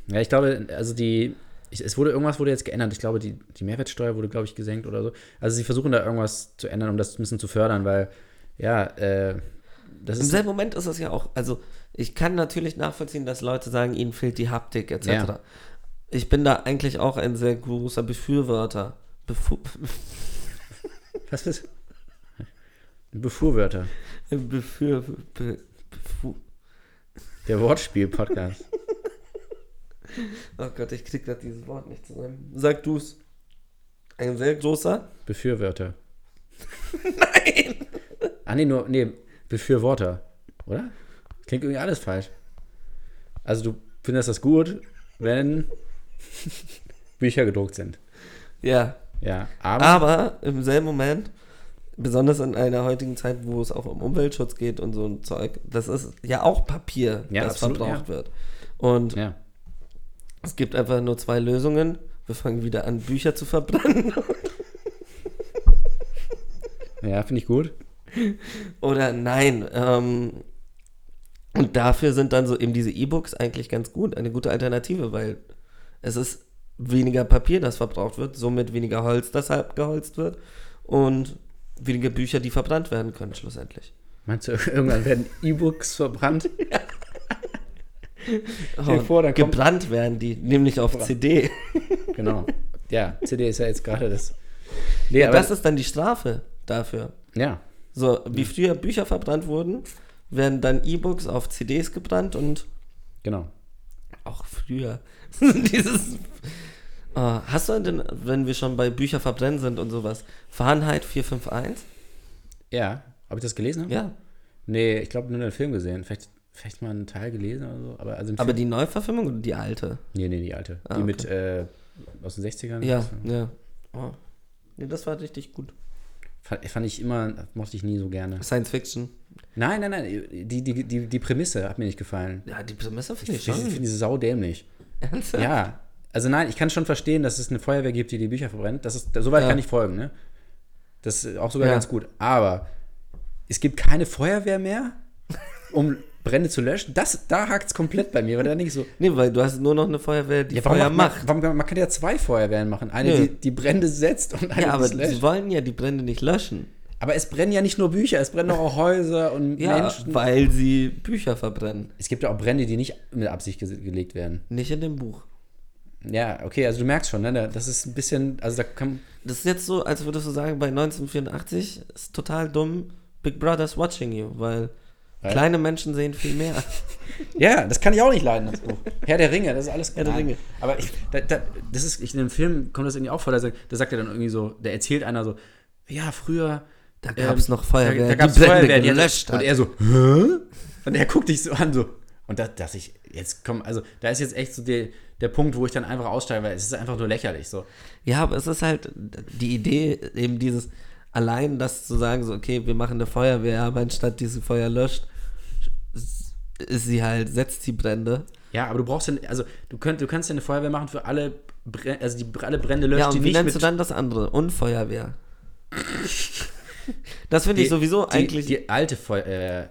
Ja, ich glaube, also die, ich, es wurde irgendwas wurde jetzt geändert. Ich glaube, die, die Mehrwertsteuer wurde, glaube ich, gesenkt oder so. Also sie versuchen da irgendwas zu ändern, um das ein bisschen zu fördern, weil, ja, äh, das
Im
ist.
selben Moment ist es ja auch, also ich kann natürlich nachvollziehen, dass Leute sagen, ihnen fehlt die Haptik etc.
Ja.
Ich bin da eigentlich auch ein sehr großer Befürworter. Befu (laughs)
Was ist? (laughs) Befürworter.
Befür be befu
Der Wortspiel-Podcast.
oh Gott, ich krieg grad dieses Wort nicht zusammen. Sag du's. Ein sehr großer?
Befürworter. Nein! Ah, nee, nur, nee, Befürworter. Oder? Klingt irgendwie alles falsch. Also, du findest das gut, wenn (laughs) Bücher gedruckt sind.
Ja.
Ja, aber.
Ah. Aber im selben Moment, besonders in einer heutigen Zeit, wo es auch um Umweltschutz geht und so ein Zeug, das ist ja auch Papier,
Ja,
das
absolut,
verbraucht
ja.
wird. Und
Ja.
Es gibt einfach nur zwei Lösungen. Wir fangen wieder an, Bücher zu verbrennen (laughs)
Ja, finde ich gut.
oder nein. Ähm, und dafür sind dann so eben diese E-Books eigentlich ganz gut, eine gute Alternative, weil es ist weniger Papier, das verbraucht wird, somit weniger Holz, das geholzt wird und weniger Bücher, die verbrannt werden können, schlussendlich.
Meinst du, (laughs) irgendwann werden E-Books verbrannt?
Oh,
dir vor, dann kommt-
gebrannt werden die, nämlich auf CD.
Genau. Ja, CD ist ja jetzt gerade das. Nee, aber,
Das ist dann die Strafe dafür.
ja.
So,
Mhm.
wie früher Bücher verbrannt wurden, werden dann E-Books auf CDs gebrannt und
Genau.
auch früher. (laughs) Dieses. Oh, hast du denn, wenn wir schon bei Bücher verbrennen sind und sowas, Fahrenheit 451?
Ja. Habe ich das gelesen?
Ja.
Nee, ich glaube nur den Film gesehen. Vielleicht, vielleicht mal einen Teil gelesen oder so. Aber, also im
Aber
Film,
die Neuverfilmung oder die alte?
Nee, nee, die alte. die
okay.
mit äh, aus den 60ern.
Ja,
Das
ja. Oh. Nee, das war richtig gut.
Fand, fand ich immer, mochte ich nie so gerne.
Science Fiction.
Nein, nein, nein. Die, die, die, die Prämisse hat mir nicht gefallen.
Ja, die Prämisse finde
Ich
ich
finde
schon.
diese Sau dämlich.
Ernsthaft?
Ja. Also nein, ich kann schon verstehen, dass es eine Feuerwehr gibt, die die Bücher verbrennt. Das ist, soweit
Ja.
kann ich folgen, ne? Das ist auch sogar
Ja.
ganz gut. Aber es gibt keine Feuerwehr mehr, um Brände zu löschen. Das, da hakt es komplett bei mir, weil da denke ich so,
Nee, weil du hast nur noch eine Feuerwehr, die
ja, warum
Feuer
macht man,
macht.
Warum, man kann ja zwei Feuerwehren machen. Eine, die,
Nö.
die Brände setzt und eine,
Ja, aber
die es
sie
löscht.
wollen ja die Brände nicht löschen.
Aber es brennen ja nicht nur Bücher, es brennen auch Häuser und
(laughs) Ja,
Menschen.
weil sie Bücher verbrennen.
Es gibt ja auch Brände, die nicht mit Absicht ge gelegt werden.
Nicht in dem Buch.
Ja, okay, also du merkst schon, ne? da- Das ist ein bisschen, also da kann,
Das ist jetzt so, als würdest du sagen, bei 1984 ist total dumm, Big Brother's watching you, weil
Weil?
kleine Menschen sehen viel mehr. (laughs)
Ja, das kann ich auch nicht leiden, das Buch. Herr der Ringe, das ist alles
Herr der
Nein.
Ringe.
Aber ich, da, da, das ist, ich, in dem Film kommt das irgendwie auch vor, da sagt, da sagt er dann irgendwie so, da erzählt einer so, ja, früher. ähm,
Da gab's noch Feuerwehr,
Da, da
die
gab's
Brände
Feuerwehr, die gelöscht
gelöscht hat.
Und er so, hä? Und er guckt dich so an, so. Und da, dass ich, jetzt komm, also da ist jetzt echt so der, der Punkt, wo ich dann einfach aussteige, weil es ist einfach nur lächerlich so.
ja, aber es ist halt die Idee, eben dieses, allein das zu sagen, so, okay, wir machen eine Feuerwehr, aber anstatt diese Feuer löscht, ist sie halt, setzt sie Brände.
Ja, aber du brauchst dann, also du, könnt, du kannst ja eine Feuerwehr machen für alle, Bren- also die alle Brände löscht,
Ja,
die
und wie
nicht mit
nennst du dann das
(laughs)
andere? Unfeuerwehr. das finde ich sowieso
die,
eigentlich.
Die alte Feu äh,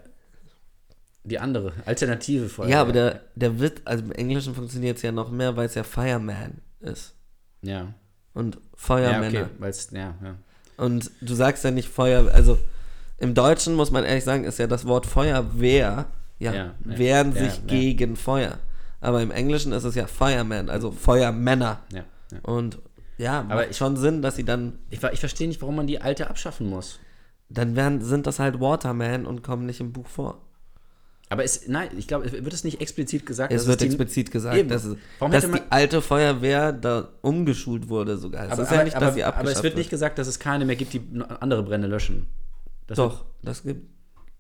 die andere, alternative Feuerwehr.
ja, aber der, der Witz, also im Englischen funktioniert es ja noch mehr, weil es ja Fireman ist.
Ja,
Und
ja
Feuermänner.
okay, weil's, ja, ja.
Und du sagst ja nicht Feuer, also im Deutschen muss man ehrlich sagen, ist ja das Wort Feuerwehr,
Ja,
ja,
ja,
wehren
ja,
sich
ja.
gegen Feuer. Aber im Englischen ist es ja Fireman, also Feuermänner.
ja, ja.
Und ja, macht
Aber ich-
schon Sinn, dass sie dann,
Ich, ver- ich verstehe nicht, warum man die alte abschaffen muss.
dann werden, sind das halt Waterman und kommen nicht im Buch vor.
Aber es, nein, ich glaube, es wird es nicht explizit gesagt?
Es
dass
wird
die-
explizit gesagt,
Eben.
dass, es,
Warum
dass
hätte
die
man-
alte Feuerwehr da umgeschult wurde sogar. Es
aber,
ist
aber,
ja nicht, dass
aber,
sie
aber es
abgeschafft
wird nicht gesagt, dass es keine mehr gibt, die n- andere Brände löschen. Das
Doch, das gibt.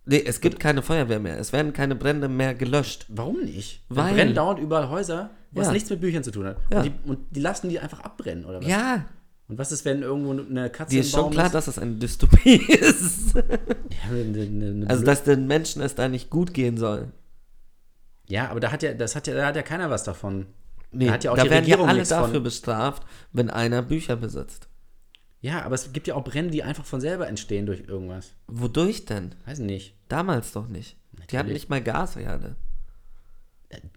Nee, es gibt keine Feuerwehr mehr. Es werden keine Brände mehr gelöscht.
Wird, warum nicht? Dann
Weil-
brennen dauernd überall Häuser, was
Ja.
nichts mit Büchern zu tun hat.
Ja.
Und, die, und die lassen die einfach abbrennen, oder was?
Ja,
Und was ist, wenn irgendwo eine Katze
Dir ist
im
schon
Baum
klar, dass das eine Dystopie (laughs) ist.
Ja, eine, eine, eine
Also, dass den Menschen es da nicht gut gehen soll.
Ja, aber da hat ja, das hat ja, da hat ja keiner was davon.
Nee,
da hat ja auch
da
die
werden
Regierung
ja alle
nichts von.
dafür bestraft, wenn einer Bücher besitzt.
Ja, aber es gibt ja auch Brände, die einfach von selber entstehen durch irgendwas.
Wodurch denn?
Weiß nicht.
Damals doch nicht. Die hatten
Natürlich.
nicht mal Gasherde.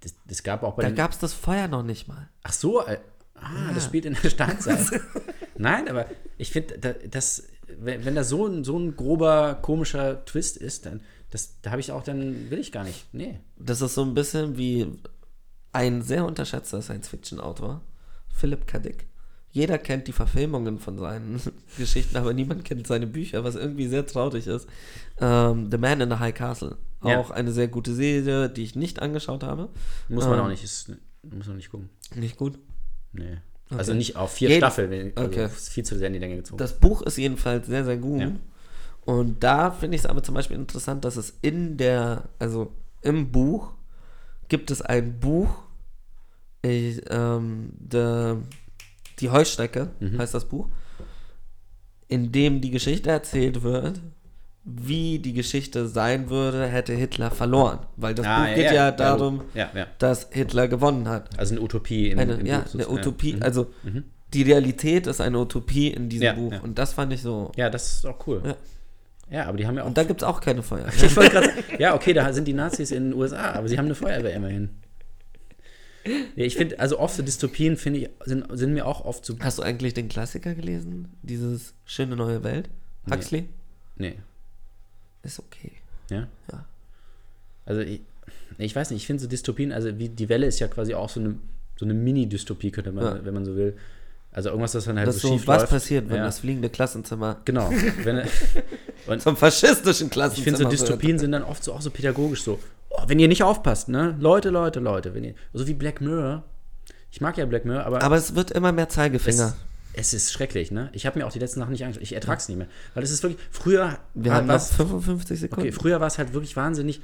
Das, das gab auch bei
Da
den.
gab es das Feuer noch nicht mal.
Ach so, äh, ah, das spielt in der
(laughs)
Steinzeit. Nein, aber ich finde, da, das, wenn, wenn da so ein, so ein grober, komischer Twist ist, dann das, da habe ich auch, dann will ich gar nicht. Nee.
Das ist so ein bisschen wie ein sehr unterschätzter Science-Fiction-Autor, Philip K. Dick. Jeder kennt die Verfilmungen von seinen (laughs) Geschichten, aber niemand kennt seine Bücher, was irgendwie sehr traurig ist. Ähm, The Man in the High Castle.
Ja.
Auch eine sehr gute Serie, die ich nicht angeschaut habe.
Muss man
Ähm,
auch nicht, ist, muss man nicht gucken.
Nicht gut.
Nee. Also nicht auf vier
Jed-
Staffeln, wenn- also
Okay.
ist viel zu sehr in die Länge gezogen.
Das Buch ist jedenfalls sehr, sehr gut.
Ja.
Und da finde ich es aber zum Beispiel interessant, dass es in der, also im Buch gibt es ein Buch, ich, ähm, der, die Heuschrecke
Mhm.
heißt das Buch, in dem die Geschichte erzählt wird, wie die Geschichte sein würde, hätte Hitler verloren. Weil das
Ah,
Buch geht ja, darum,
Ja, ja.
dass Hitler gewonnen hat.
Also eine Utopie. Im,
Eine,
im
ja,
Buch
eine
sozusagen.
Utopie,
Mhm.
also die Realität ist eine Utopie in diesem
Ja,
Buch.
ja.
Und das fand ich so.
Ja, das ist auch cool.
Ja.
Ja, aber die haben ja auch.
Und da gibt es auch keine
(laughs)
Feuer.
ich wollte gerade sagen, ja, okay, da sind die Nazis in den USA, aber sie haben eine Feuerwehr immerhin. Ja, ich finde, also oft so Dystopien, finde ich, sind, sind mir auch oft so.
Hast du eigentlich den Klassiker gelesen? Dieses schöne neue Welt?
Nee.
Huxley?
Nee.
Ist okay.
Ja.
Ja.
Also ich, ich weiß nicht, ich finde so Dystopien, also wie die Welle ist ja quasi auch so eine, so eine Mini-Dystopie, könnte man,
Ja.
wenn man so will. Also irgendwas, das dann halt
das ist
so
so,
schief
was
läuft.
passiert, wenn
ja.
das fliegende Klassenzimmer (laughs)
Genau. Wenn, und
zum faschistischen
ich
Klassenzimmer
finde so
wird?
Dystopien sind dann oft so auch so pädagogisch so, oh, wenn ihr nicht aufpasst, ne? Leute, Leute, Leute, wenn ihr. So wie Black Mirror. Ich mag ja Black Mirror, aber.
Aber es wird immer mehr
es,
Zeigefinger.
es ist schrecklich, ne? Ich habe mir auch die letzten Sachen nicht angeschaut. Ich ertrage es nicht mehr. Weil es ist wirklich. Früher
Wir
war-
haben noch
war's-
55 Sekunden.
Ah, Okay, früher war es halt wirklich wahnsinnig.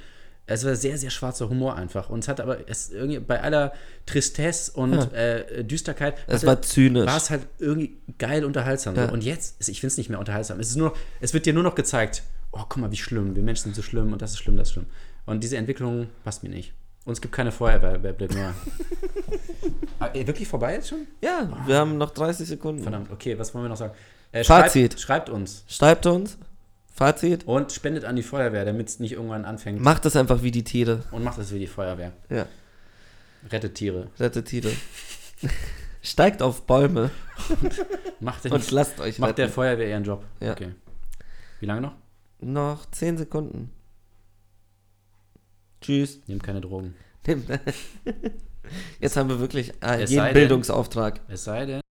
Es war sehr, sehr schwarzer Humor einfach. Und es hat aber es irgendwie bei aller Tristesse und äh, Düsterkeit.
Es
hatte-
war zynisch.
War es halt irgendwie geil unterhaltsam.
Ja.
So. Und jetzt, ist- ich finde es nicht mehr unterhaltsam. Es, ist nur, noch- es wird dir nur noch gezeigt, oh, guck mal, wie schlimm. Wir Menschen sind so schlimm und das ist schlimm, das ist schlimm. Und diese Entwicklung passt mir nicht. Und es gibt keine Feuerwehr bei Black
(laughs)
Mirror. Ah, eh, Wirklich vorbei jetzt schon?
ja, wir haben noch 30 Sekunden.
Verdammt, okay, was wollen wir noch sagen? Äh,
Fazit.
Schreibt, schreibt uns
Schreibt uns. Fazit.
und spendet an die Feuerwehr, damit es nicht irgendwann anfängt.
Macht es einfach wie die Tiere.
und macht es wie die Feuerwehr.
Ja.
Rettet Tiere. (laughs)
Rettet Tiere. Steigt auf Bäume
Macht, den,
und lasst euch
macht der
retten.
Feuerwehr ihren Job.
Ja.
Okay. Wie lange noch?
Noch 10 Sekunden.
(laughs)
Tschüss.
Nehmt keine Drogen.
Jetzt haben wir wirklich äh,
Es
jeden
sei denn-
Bildungsauftrag.
Es sei denn.